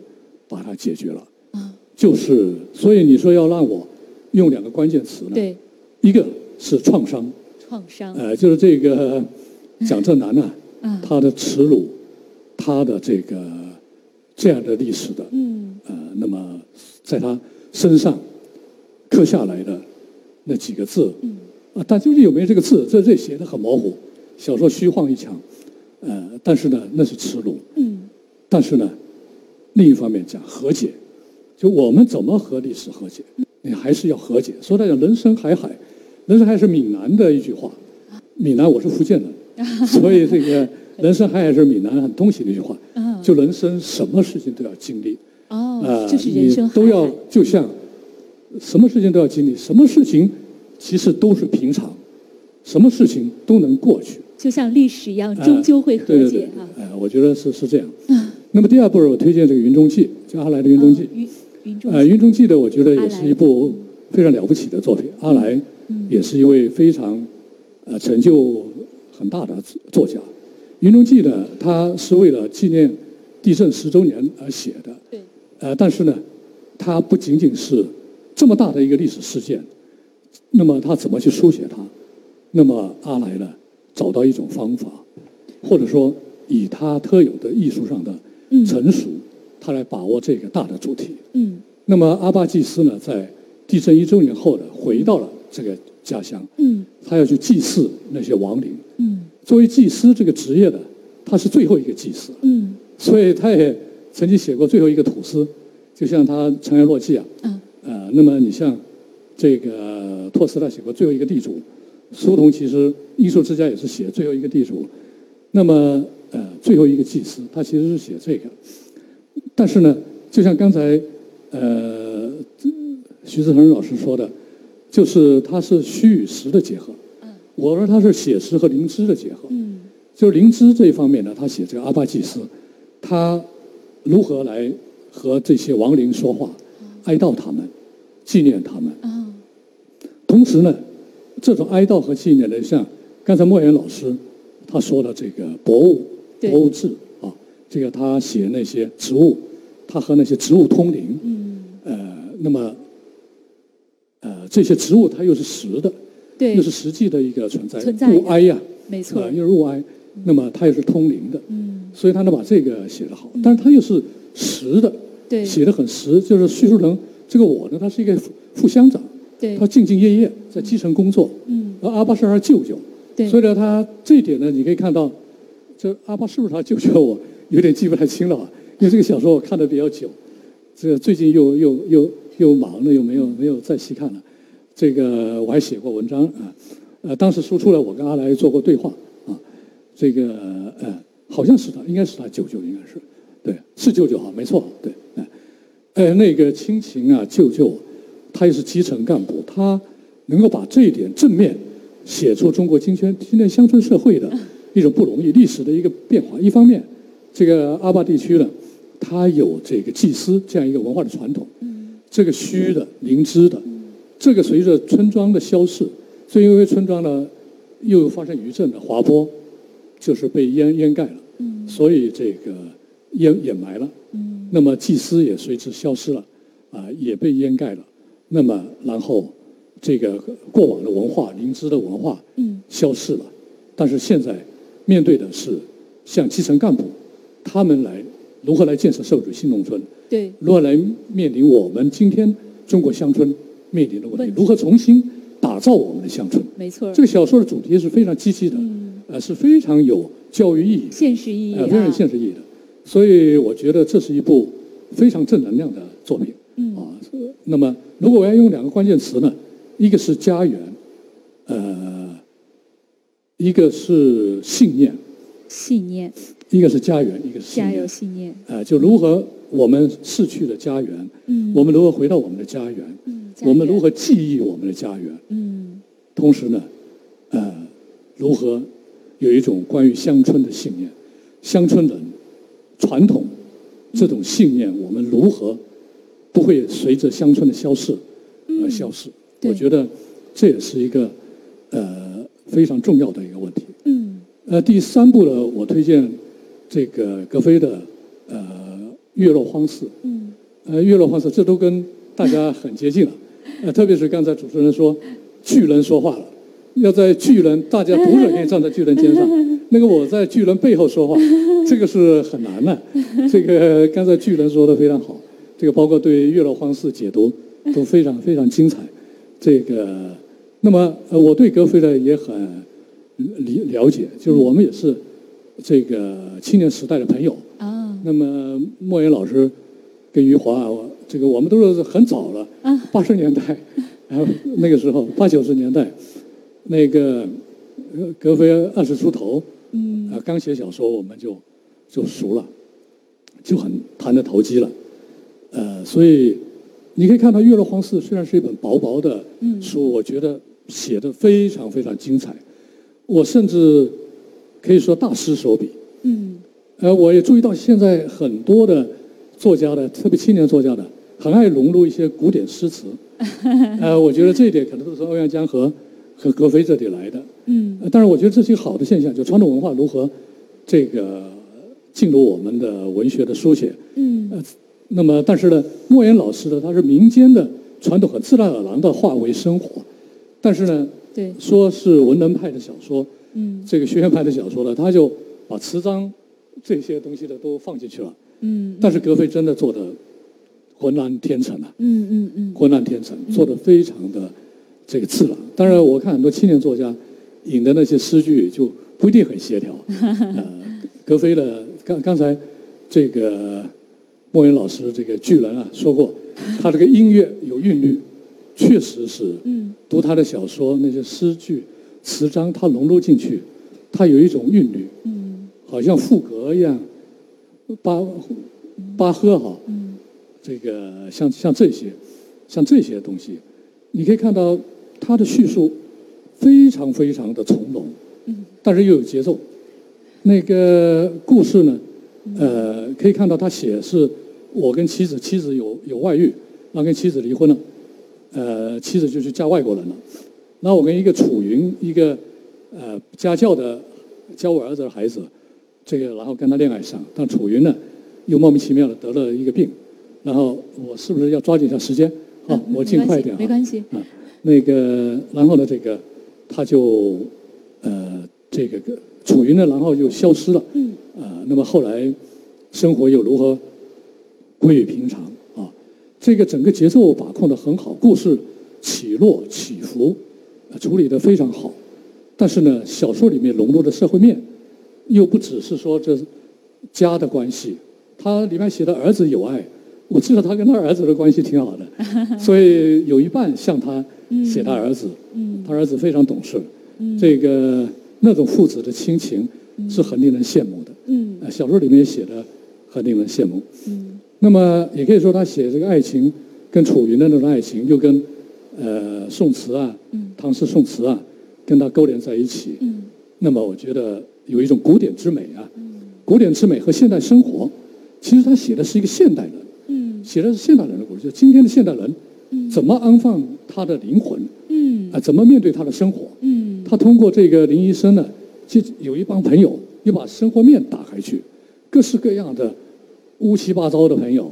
Speaker 3: 把它解决了。
Speaker 1: 啊，
Speaker 3: 就是，所以你说要让我用两个关键词呢？，
Speaker 1: 对，
Speaker 3: 一个是创伤，
Speaker 1: 创伤，
Speaker 3: 呃，就是这个蒋正南呐、
Speaker 1: 嗯
Speaker 3: 他的耻辱，他的这个这样的历史的，
Speaker 1: 嗯
Speaker 3: 呃，那么在他身上刻下来的那几个字，
Speaker 1: 嗯
Speaker 3: 啊，但究竟有没有这个字，这这写的很模糊，小说虚晃一枪，呃，但是呢，那是耻辱，
Speaker 1: 嗯
Speaker 3: 但是呢，另一方面讲和解，就我们怎么和历史和解，
Speaker 1: 嗯
Speaker 3: 你还是要和解。所以来讲，人生海海，人生海是闽南的一句话，闽南我是福 建人，所以这个人生海海是闽南很东西的一句话
Speaker 1: 嗯。
Speaker 3: 就人生什么事情都要经历，
Speaker 1: 哦
Speaker 3: 呃，，
Speaker 1: 就是人
Speaker 3: 你
Speaker 1: 生
Speaker 3: 都
Speaker 1: 海
Speaker 3: 要
Speaker 1: 海
Speaker 3: 就像什么事情都要经历，什么事情其实都是平常，什么事情都能过去。
Speaker 1: 就像历史一样，
Speaker 3: 呃
Speaker 1: 终究会和
Speaker 3: 对对
Speaker 1: 解
Speaker 3: 对
Speaker 1: 啊。嗯
Speaker 3: 哎、我觉得是是这样。那么第二部我推荐这个《云中记》，就阿来的《云中记》
Speaker 1: 哦云云中
Speaker 3: 呃，《
Speaker 1: 记
Speaker 3: 云中记》呢，我觉得
Speaker 1: 阿
Speaker 3: 也
Speaker 1: 来嗯
Speaker 3: 是一部非常了不起的作品。阿来也是一位非常呃成就很大的作家。《云中记》呢，它是为了纪念地震十周年而写的。
Speaker 1: 对，
Speaker 3: 呃，但是呢，它不仅仅是这么大的一个历史事件，那么他怎么去书写它？那么阿来呢，找到一种方法，或者说以他特有的艺术上的成熟，他来把握这个大的主题。
Speaker 1: 嗯
Speaker 3: 那么阿巴祭司呢，在地震一周年后呢，回到了这个家乡，
Speaker 1: 嗯
Speaker 3: 他要去祭祀那些亡灵。
Speaker 1: 嗯
Speaker 3: 作为祭司这个职业呢，他是最后一个祭司，
Speaker 1: 嗯
Speaker 3: 所以他也曾经写过最后一个土司，就像他《尘埃落尽》啊，
Speaker 1: 啊
Speaker 3: 呃，那么你像这个托斯泰写过最后一个地主，苏童其实艺术之家也是写最后一个地主，那么呃最后一个祭司，他其实是写这个，但是呢，就像刚才呃徐志恒老师说的，就是它是虚与实的结合，我说它是写实和灵知的结合，
Speaker 1: 嗯
Speaker 3: 就是灵芝这一方面呢，他写这个阿巴济斯，他如何来和这些亡灵说话，哀悼他们，纪念他们。
Speaker 1: 啊
Speaker 3: 同时呢，这种哀悼和纪念呢，像刚才莫言老师他说的这个博物
Speaker 1: 对
Speaker 3: 博物志啊，这个他写那些植物，他和那些植物通灵，
Speaker 1: 嗯，
Speaker 3: 呃，那么呃这些植物它又是实的，
Speaker 1: 对
Speaker 3: 又，是实际的一个存在，
Speaker 1: 存在
Speaker 3: 物
Speaker 1: 的
Speaker 3: 哀呀、
Speaker 1: 没错
Speaker 3: 啊，又是物哀，那么它又是通灵的，
Speaker 1: 嗯
Speaker 3: 所以他能把这个写得好，但是他又是实的，
Speaker 1: 对
Speaker 3: 写得很实，就是叙述人这个我呢，他是一个副副乡长，
Speaker 1: 对
Speaker 3: 他兢兢业业在基层工作，
Speaker 1: 嗯，
Speaker 3: 而阿巴是他的舅舅，
Speaker 1: 对
Speaker 3: 所以呢，他这一点呢，你可以看到，这阿巴是不是他舅舅，我有点记不太清了啊，因为这个小说我看的比较久，这最近又又又又忙了，又没有没有再细看了。这个我还写过文章啊，呃，当时说出来，我跟阿来做过对话啊，这个呃，好像是他，应该是他舅舅，应该是，对，是舅舅啊，没错，对，哎、呃，那个亲情啊，舅舅，他又是基层干部，他能够把这一点正面写出中国今天今天乡村社会的一种不容易，历史的一个变化。一方面，这个阿坝地区呢，它有这个祭司这样一个文化的传统，这个虚的、灵芝的，这个随着村庄的消逝，所以因为村庄呢又发生余震的滑坡，就是被淹淹盖了，所以这个淹掩埋了，那么祭司也随之消失了，啊、也被淹盖了，那么然后这个过往的文化、灵芝的文化，
Speaker 1: 嗯
Speaker 3: 消逝了。但是现在面对的是像基层干部，他们来如何来建设社会主义新农村，
Speaker 1: 对，
Speaker 3: 如何来面临我们今天中国乡村面临的问
Speaker 1: 问
Speaker 3: 题
Speaker 1: 题，
Speaker 3: 如何重新打造我们的乡村。
Speaker 1: 没错儿，
Speaker 3: 这个小说的主题是非常积极的，呃，是非常有教育意义，
Speaker 1: 现实意义
Speaker 3: 呃，
Speaker 1: 啊，
Speaker 3: 非常有现实意义的。所以我觉得这是一部非常正能量的作品。
Speaker 1: 嗯
Speaker 3: 啊，那么如果我要用两个关键词呢，一个是家园，呃，一个是信念，
Speaker 1: 信念，
Speaker 3: 一个是家园，一个是信
Speaker 1: 加
Speaker 3: 念
Speaker 1: 油。信念，
Speaker 3: 呃，就如何我们逝去的家园，
Speaker 1: 嗯
Speaker 3: 我们如何回到我们的家园，
Speaker 1: 嗯
Speaker 3: 我们如何，记忆我们的家园，
Speaker 1: 嗯
Speaker 3: 同时呢，呃，如何有一种关于乡村的信念，乡村人传统这种信念，我们如何不会随着乡村的消逝而消逝？
Speaker 1: 对
Speaker 3: 我觉得这也是一个呃非常重要的一个问题。
Speaker 1: 嗯
Speaker 3: 呃，第三部呢，我推荐这个格非的呃《月落荒寺》。
Speaker 1: 嗯
Speaker 3: 呃，月落荒寺，这都跟大家很接近了。呃，特别是刚才主持人说巨人说话了，要在巨人，大家读者可以站在巨人肩上，那个我在巨人背后说话，这个是很难的。这个刚才巨人说的非常好，这个包括对月落荒寺解读都非常非常精彩。这个，那么呃，我对格菲呢也很了了解，就是我们也是这个青年时代的朋友。
Speaker 1: 啊，
Speaker 3: 那么莫言老师跟余华，啊我这个我们都是很早了
Speaker 1: 啊，
Speaker 3: 八十年代，然后那个时候八九十年代，那个呃格非二十出头，
Speaker 1: 嗯
Speaker 3: 啊、刚写小说我们就就熟了，就很谈得投机了，呃，所以你可以看到《月落荒寺》虽然是一本薄薄的
Speaker 1: 嗯
Speaker 3: 书，我觉得写的非常非常精彩，我甚至可以说大师手笔。
Speaker 1: 嗯
Speaker 3: 呃，我也注意到现在很多的作家的，特别青年作家的，很爱融入一些古典诗词。呃，我觉得这一点可能都是从欧阳江河和格非这里来的。
Speaker 1: 嗯
Speaker 3: 呃，但是我觉得这是一个好的现象，就传统文化如何这个进入我们的文学的书写。
Speaker 1: 嗯
Speaker 3: 呃，那么但是呢，莫言老师呢，他是民间的传统，很自然而然的化为生活。但是呢，
Speaker 1: 对，
Speaker 3: 说是文人派的小说，
Speaker 1: 嗯
Speaker 3: 这个学院派的小说呢，他就把词章这些东西的都放进去了。
Speaker 1: 嗯
Speaker 3: 但是格非真的做的浑然天成啊，
Speaker 1: 嗯嗯嗯，
Speaker 3: 浑然天成，做的非常的这个自然。当然，我看很多青年作家引的那些诗句就不一定很协调。呃，格非的刚刚才这个莫言老师这个巨人啊说过，他这个音乐有韵律，确实是
Speaker 1: 嗯
Speaker 3: 读他的小说那些诗句词章，他融入进去，他有一种韵律。
Speaker 1: 嗯
Speaker 3: 好像赋格一样，巴巴赫哈，
Speaker 1: 嗯
Speaker 3: 这个像像这些，像这些东西，你可以看到它的叙述非常非常的从容，
Speaker 1: 嗯
Speaker 3: 但是又有节奏。那个故事呢，
Speaker 1: 嗯
Speaker 3: 呃，可以看到他写是我跟妻子，妻子有有外遇，然后跟妻子离婚了，呃，妻子就去嫁外国人了。那我跟一个楚云，一个呃家教的教我儿子的孩子，这个然后跟他恋爱上，但楚云呢又莫名其妙的得了一个病，然后我是不是要抓紧一下时间？好、
Speaker 1: 啊
Speaker 3: 我
Speaker 1: 没
Speaker 3: 尽
Speaker 1: 关
Speaker 3: 快
Speaker 1: 系
Speaker 3: 一点、啊
Speaker 1: 没关系
Speaker 3: 啊，那个然后呢，这个他就呃这个楚云呢，然后又消失了，
Speaker 1: 嗯
Speaker 3: 啊，那么后来生活又如何归于平常啊？这个整个节奏把控的很好，故事起落起伏、呃处理的非常好。但是呢，小说里面融入的社会面又不只是说这家的关系，他里面写的儿子有爱，我知道他跟他儿子的关系挺好的，所以有一半像他写他儿子，
Speaker 1: 嗯
Speaker 3: 他儿子非常懂事，
Speaker 1: 嗯
Speaker 3: 这个那种父子的亲情是很令人羡慕的。
Speaker 1: 嗯
Speaker 3: 呃，小说里面写的很令人羡慕。
Speaker 1: 嗯
Speaker 3: 那么也可以说，他写这个爱情跟楚云的那种爱情，又跟呃宋词啊、
Speaker 1: 嗯
Speaker 3: 唐诗宋词啊，跟他勾连在一起。
Speaker 1: 嗯
Speaker 3: 那么我觉得有一种古典之美啊，古典之美和现代生活其实他写的是一个现代人，
Speaker 1: 嗯
Speaker 3: 写的是现代人的故事，就今天的现代人
Speaker 1: 嗯
Speaker 3: 怎么安放他的灵魂
Speaker 1: 嗯
Speaker 3: 啊、怎么面对他的生活。
Speaker 1: 嗯
Speaker 3: 他通过这个林医生呢，就有一帮朋友，又把生活面打开去，各式各样的乌七八糟的朋友，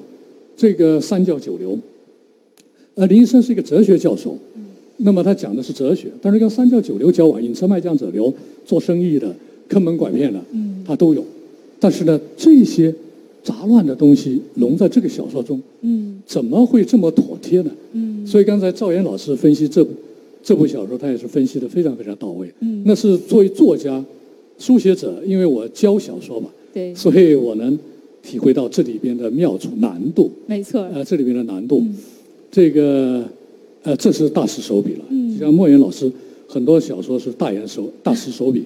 Speaker 3: 这个三教九流。呃，林医生是一个哲学教授，
Speaker 1: 嗯
Speaker 3: 那么他讲的是哲学，但是跟三教九流交往，引车卖酱者流，做生意的、坑蒙拐骗的，
Speaker 1: 嗯
Speaker 3: 他都有。但是呢，这些杂乱的东西融在这个小说中，
Speaker 1: 嗯
Speaker 3: 怎么会这么妥帖呢？
Speaker 1: 嗯
Speaker 3: 所以刚才赵岩老师分析这部这部小说，他也是分析的非常非常到位。
Speaker 1: 嗯
Speaker 3: 那是作为作家、书写者，因为我教小说嘛，
Speaker 1: 对，
Speaker 3: 所以我能体会到这里边的妙处、难度，
Speaker 1: 没错儿，
Speaker 3: 呃，这里边的难度，
Speaker 1: 嗯
Speaker 3: 这个呃，这是大师手笔了。
Speaker 1: 嗯
Speaker 3: 就像莫言老师，很多小说是大言手大师手笔，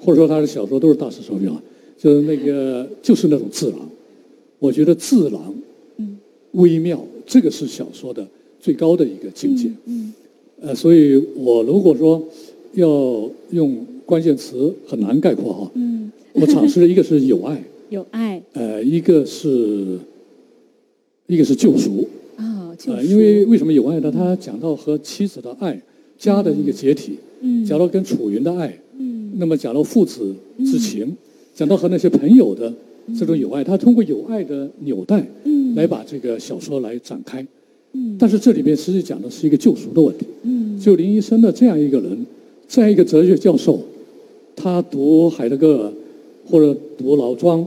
Speaker 3: 或者说他的小说都是大师手笔啊，就是那个就是那种自然。我觉得自然
Speaker 1: 嗯
Speaker 3: 微妙，这个是小说的最高的一个境界。
Speaker 1: 嗯
Speaker 3: 呃，所以我如果说要用关键词很难概括哈，
Speaker 1: 嗯，
Speaker 3: 我尝试了一个是友爱，
Speaker 1: 有爱
Speaker 3: 呃，一个是一个是救赎，
Speaker 1: 啊，就
Speaker 3: 呃，
Speaker 1: 是嗯
Speaker 3: 因为为什么友爱呢？他讲到和妻子的爱，家的一个解体，
Speaker 1: 嗯
Speaker 3: 讲到跟楚云的爱，
Speaker 1: 嗯
Speaker 3: 那么讲到父子之情，讲到和那些朋友的这种友爱，他通过友爱的纽带
Speaker 1: 嗯
Speaker 3: 来把这个小说来展开。
Speaker 1: 嗯
Speaker 3: 但是这里面实际讲的是一个救赎的问题。
Speaker 1: 嗯
Speaker 3: 就林医生的这样一个人，这样一个哲学教授，他读海德格尔或者读老庄，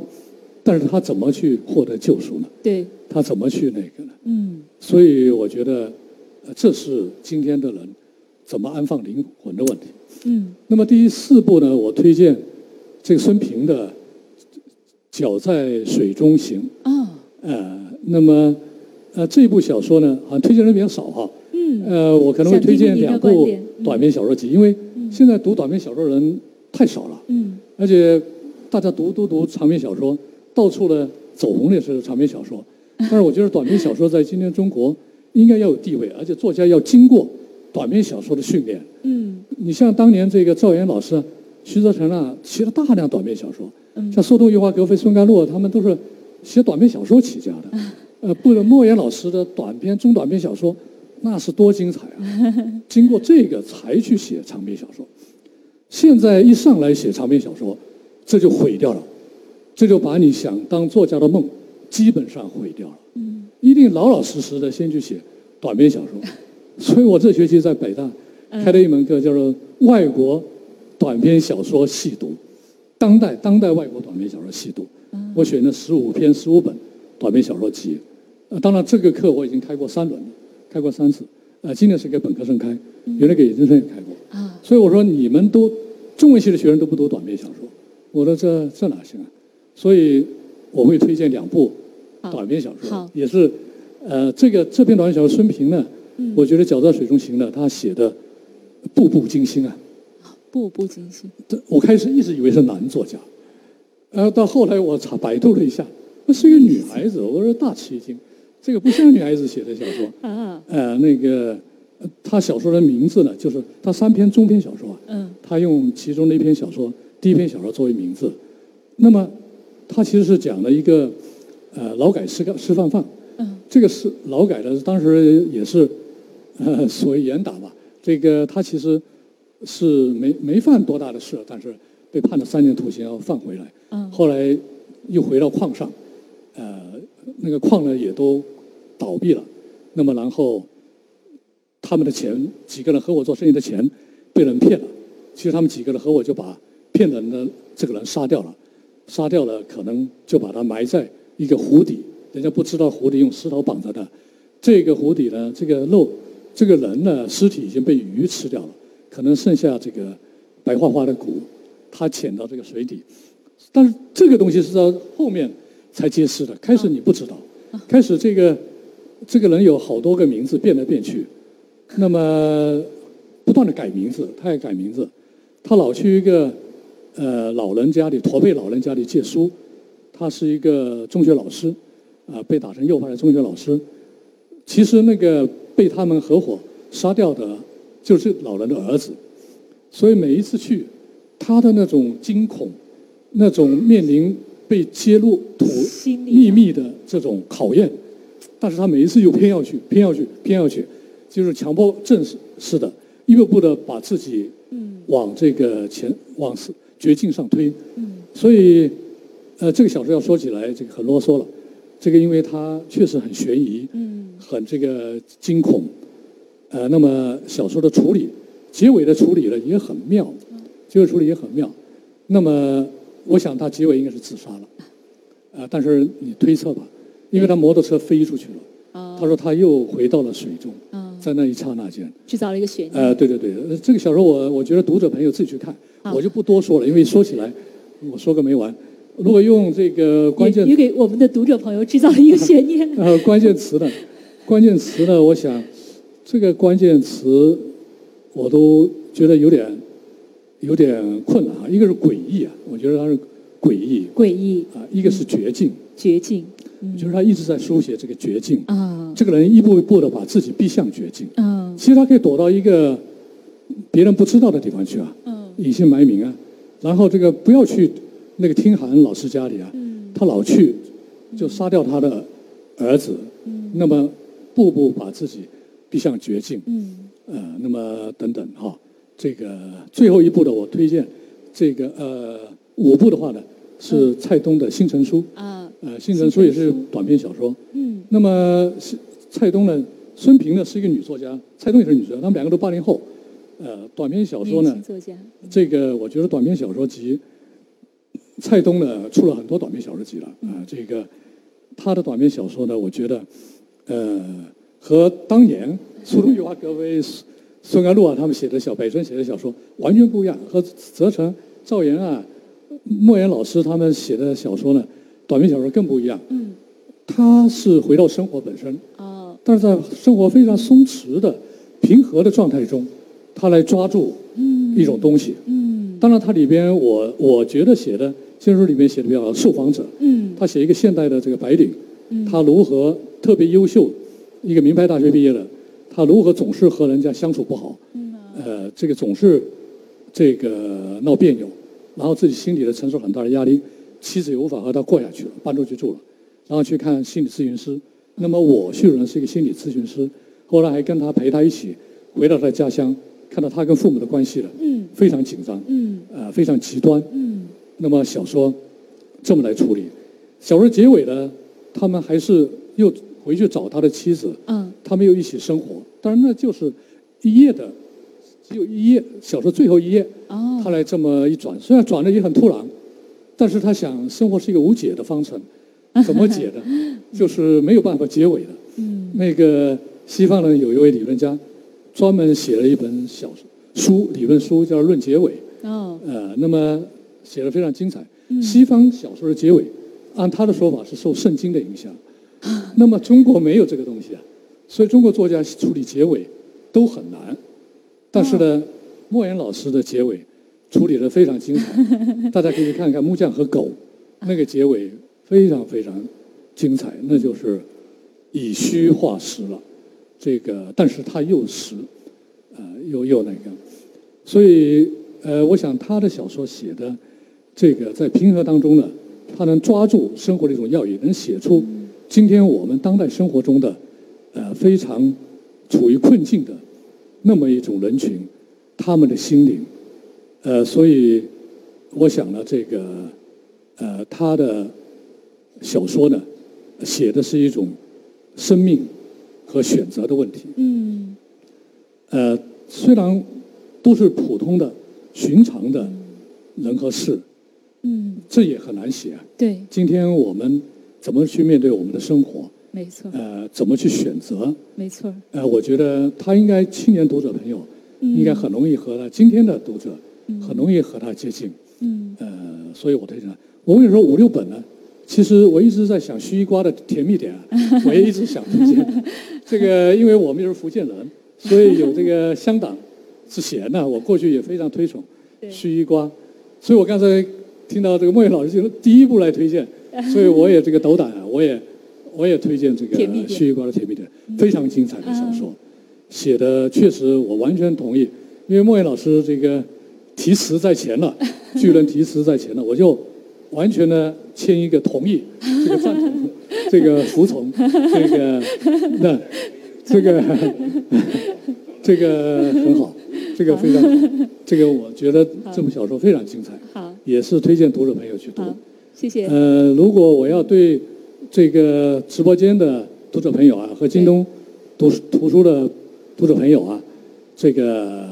Speaker 3: 但是他怎么去获得救赎呢？
Speaker 1: 对
Speaker 3: 他怎么去那个呢？
Speaker 1: 嗯
Speaker 3: 所以我觉得，呃这是今天的人怎么安放灵魂的问题。
Speaker 1: 嗯
Speaker 3: 那么第四部呢，我推荐这个孙平的《脚在水中行》。
Speaker 1: 啊
Speaker 3: 呃，那么呃这部小说呢，好像推荐人比较少哈、
Speaker 1: 嗯
Speaker 3: 呃，我可能会推荐两
Speaker 1: 想听听您的观
Speaker 3: 部
Speaker 1: 点嗯
Speaker 3: 短篇小说集，因为现在读短篇小说的人太少了，
Speaker 1: 嗯
Speaker 3: 而且大家读都读长篇小说，到处的走红的也是长篇小说。但是我觉得短篇小说在今天中国应该要有地位，而且作家要经过短篇小说的训练。
Speaker 1: 嗯
Speaker 3: 你像当年这个赵岩老师、徐则成啊，写了大量短篇小说，
Speaker 1: 嗯
Speaker 3: 像苏东余华、格非、孙甘露啊，他们都是写短篇小说起家 的。呃，不能，莫言老师的短篇、中短篇小说，那是多精彩 啊！经过这个才去写长篇小说，现在一上来写长篇小说，这就毁掉了，这就把你想当作家的梦基本上毁掉了。
Speaker 1: 嗯
Speaker 3: 一定老老实实的先去写短篇小说。所以我这学期在北大开了一门课，叫做《外国短篇小说细读》，当代当代外国短篇小说细读。我选了十五篇十五本短篇小说集，呃，当然这个课我已经开过三轮了，开过三次。呃，今年是给本科生开，原来给研究生也开过。
Speaker 1: 啊
Speaker 3: 所以我说你们都中文系的学生都不读短篇小说，我说这这哪行啊？所以我会推荐两部
Speaker 1: 好
Speaker 3: 短篇小说
Speaker 1: 好，
Speaker 3: 也是呃这个这篇短篇小说孙平呢，
Speaker 1: 嗯
Speaker 3: 我觉得《脚在水中行》呢，他写的步步惊心啊。
Speaker 1: 步步惊心
Speaker 3: 这我开始一直以为是男作家，然后到后来我查百度了一下，那是一个女孩子，我说大吃一惊，这个不像女孩子写的小说。
Speaker 1: 啊
Speaker 3: 呃，那个呃他小说的名字呢，就是他三篇中篇小说啊，
Speaker 1: 嗯
Speaker 3: 他用其中的一篇小说，第一篇小说作为名字。那么，他其实是讲了一个呃劳改师干师范犯，
Speaker 1: 嗯
Speaker 3: 这个是劳改的，当时也是呃所谓严打吧。这个他其实是没没犯多大的事，但是被判了三年徒刑，要放回来。
Speaker 1: 嗯
Speaker 3: 后来又回到矿上，呃，那个矿呢也都倒闭了。那么然后他们的钱，几个人合伙做生意的钱被人骗了。其实他们几个人合伙就把骗人的这个人杀掉了，杀掉了可能就把他埋在一个湖底，人家不知道湖底用石头绑着的。这个湖底呢，这个肉，这个人呢，尸体已经被鱼吃掉了，可能剩下这个白花花的骨，他潜到这个水底。但是这个东西是到后面才揭示的，开始你不知道，开始这个这个人有好多个名字变来变去，那么不断的改名字，他也改名字，他老去一个呃老人家里驼背老人家里借书，他是一个中学老师，啊、被打成右派的中学老师，其实那个被他们合伙杀掉的就是老人的儿子，所以每一次去，他的那种惊恐，那种面临被揭露土
Speaker 1: 心理
Speaker 3: 秘密的这种考验，但是他每一次又偏要去，偏要去，偏要去，就是强迫症是是的，一步步的把自己往这个前往死绝境上推。
Speaker 1: 嗯
Speaker 3: 所以，呃，这个小说要说起来，这个很啰嗦了。这个因为它确实很悬疑，
Speaker 1: 嗯，
Speaker 3: 很这个惊恐，呃，那么小说的处理，结尾的处理呢也很妙，
Speaker 1: 嗯
Speaker 3: 结尾处理也很妙。那么我想他结尾应该是自杀了，呃，但是你推测吧，因为他摩托车飞出去了，他说他又回到了水中，
Speaker 1: 哦嗯
Speaker 3: 在那一刹那间，
Speaker 1: 制造了一个悬念。
Speaker 3: 呃，对对对，呃这个小说我我觉得读者朋友自己去看，
Speaker 1: 好
Speaker 3: 我就不多说了，因为说起来我说个没完。如果用这个关键
Speaker 1: 也也给我们的读者朋友制造了一个悬念。
Speaker 3: 呃，关键 词呢？关键词呢？我想，这个关键词我都觉得有点有点困难啊。一个是诡异啊，我觉得它是诡异
Speaker 1: 诡异、
Speaker 3: 啊；一个是绝境，
Speaker 1: 绝境，嗯
Speaker 3: 就是他一直在书写这个绝境。
Speaker 1: 啊，
Speaker 3: 这个人一步一步的把自己逼向绝境。
Speaker 1: 嗯
Speaker 3: 其实他可以躲到一个别人不知道的地方去啊，
Speaker 1: 嗯
Speaker 3: 隐姓埋名啊。然后这个不要去那个听寒老师家里啊，
Speaker 1: 嗯
Speaker 3: 他老去就杀掉他的儿子，那么步步把自己逼向绝境，
Speaker 1: 嗯
Speaker 3: 呃，那么等等哈，这个最后一部的我推荐这个呃五部的话呢是蔡东的《新城书》，
Speaker 1: 啊
Speaker 3: 呃，《新城书》也
Speaker 1: 新
Speaker 3: 是
Speaker 1: 城书
Speaker 3: 短篇小说，
Speaker 1: 嗯
Speaker 3: 那么是蔡东呢，孙平呢是一个女作家，蔡东也是女作家，他们两个都八零后，呃，短篇小说
Speaker 1: 年
Speaker 3: 呢
Speaker 1: 轻作家，
Speaker 3: 这个我觉得短篇小说集，蔡东呢出了很多短篇小说集了啊、这个他的短篇小说呢，我觉得呃和当年苏东雨啊、格威、孙孙安禄啊他们写的小北村写的小说完全不一样，和泽成、赵岩啊、莫言老师他们写的小说呢，短篇小说更不一样。
Speaker 1: 嗯
Speaker 3: 他是回到生活本身，
Speaker 1: 哦
Speaker 3: 但是在生活非常松弛的、平和的状态中，他来抓住
Speaker 1: 嗯
Speaker 3: 一种东西。
Speaker 1: 嗯
Speaker 3: 当然，它里边我我觉得写的，新书里面写的比较好受访者，
Speaker 1: 嗯
Speaker 3: 他写一个现代的这个白领，
Speaker 1: 嗯
Speaker 3: 他如何特别优秀，一个名牌大学毕业的，他如何总是和人家相处不好，
Speaker 1: 嗯
Speaker 3: 呃，这个总是这个闹别扭，然后自己心里的承受很大的压力，妻子也无法和他过下去了，搬出去住了，然后去看心理咨询师。那么我旭荣是一个心理咨询师，后来还跟他陪他一起回到他的家乡，看到他跟父母的关系了，
Speaker 1: 嗯
Speaker 3: 非常紧张，
Speaker 1: 嗯
Speaker 3: 呃，非常极端。
Speaker 1: 嗯
Speaker 3: 那么小说这么来处理，小说结尾呢，他们还是又回去找他的妻子，
Speaker 1: 嗯
Speaker 3: 他们又一起生活。当然，那就是一页的，只有一页，小说最后一页，
Speaker 1: 哦
Speaker 3: 他来这么一转，虽然转的也很突然，但是他想，生活是一个无解的 方程，怎么解的，就是没有办法结尾的。
Speaker 1: 嗯
Speaker 3: 那个西方人有一位理论家，专门写了一本小书，理论书叫《论结尾》。
Speaker 1: 哦
Speaker 3: 呃，那么写的非常精彩。西方小说的结尾，按他的说法是受圣经的影响，那么中国没有这个东西啊，所以中国作家处理结尾都很难。但是呢，莫言老师的结尾处理的非常精彩，大家可以去看看《木匠和狗》那个结尾非常非常精彩，那就是以虚化实了。这个，但是他又实，呃，又又那个，所以呃，我想他的小说写的这个在平和当中呢，他能抓住生活的一种要义，能写出今天我们当代生活中的呃非常处于困境的那么一种人群，他们的心灵，呃，所以我想呢，这个呃他的小说呢，写的是一种生命和选择的问题。
Speaker 1: 嗯
Speaker 3: 呃，虽然都是普通的、寻常的人和事，
Speaker 1: 嗯
Speaker 3: 这也很难写啊。
Speaker 1: 对，
Speaker 3: 今天我们怎么去面对我们的生活？
Speaker 1: 没错
Speaker 3: 呃，怎么去选择？
Speaker 1: 没错，
Speaker 3: 呃，我觉得他应该青年读者朋友应该很容易和他今天的读者很容易和他接近。
Speaker 1: 嗯
Speaker 3: 呃，所以我推荐他。我跟你说五六本呢，其实我一直在想西瓜的甜 蜜点啊，我也一直想推荐。这个因为我们又是福建人，所以有这个乡党之嫌呢，我过去也非常推崇
Speaker 1: 对
Speaker 3: 西瓜。所以我刚才听到这个莫言老师就说第一步来 推荐，所以我也这个斗胆啊，我也我也推荐这个
Speaker 1: 甜蜜点嗯
Speaker 3: 西瓜的甜蜜点，非常精彩的小说。写的确实，我完全同意， 因为莫言老师这个题词在前了，巨人题词在前了，我就完全呢签一个 同意，这个赞同，这个服从，这个那这个 这个很好，这个非常 好，这个我觉得这部小说非常精彩，
Speaker 1: 好，
Speaker 3: 也是推荐读者朋友去读。
Speaker 1: 好，谢谢。
Speaker 3: 呃，如果我要对这个直播间的读者朋友啊，和京东读图书的读者朋友啊，这个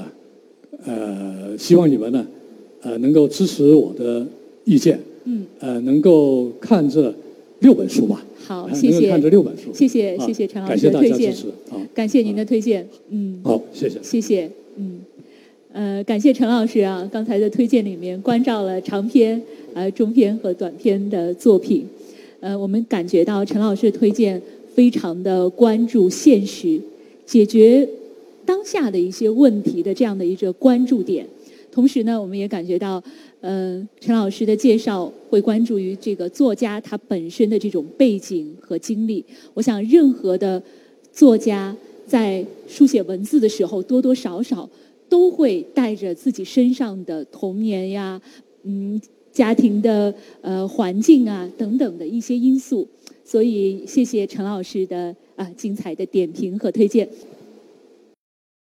Speaker 3: 呃，希望你们呢，呃，能够支持我的意见，
Speaker 1: 嗯，
Speaker 3: 呃，能够看这六本书吧，
Speaker 1: 好，
Speaker 3: 呃
Speaker 1: 谢
Speaker 3: 能够看这
Speaker 1: 谢，
Speaker 3: 六本书，
Speaker 1: 谢谢
Speaker 3: 啊
Speaker 1: 谢谢陈老
Speaker 3: 感
Speaker 1: 师
Speaker 3: 谢
Speaker 1: 的
Speaker 3: 大
Speaker 1: 推
Speaker 3: 家支
Speaker 1: 荐
Speaker 3: 持啊，
Speaker 1: 感谢您的推荐。嗯，
Speaker 3: 好，谢谢。
Speaker 1: 谢谢，嗯，呃，感谢陈老师啊，刚才的推荐里面关照了长篇、呃中篇和短篇的作品，呃，我们感觉到陈老师的推荐非常的关注现实，解决当下的一些问题的这样的一个关注点。同时呢，我们也感觉到，呃，陈老师的介绍会关注于这个作家他本身的这种背景和经历。我想，任何的作家在书写文字的时候，多多少少都会带着自己身上的童年呀，嗯，家庭的呃环境啊等等的一些因素。所以，谢谢陈老师的啊、精彩的点评和推荐。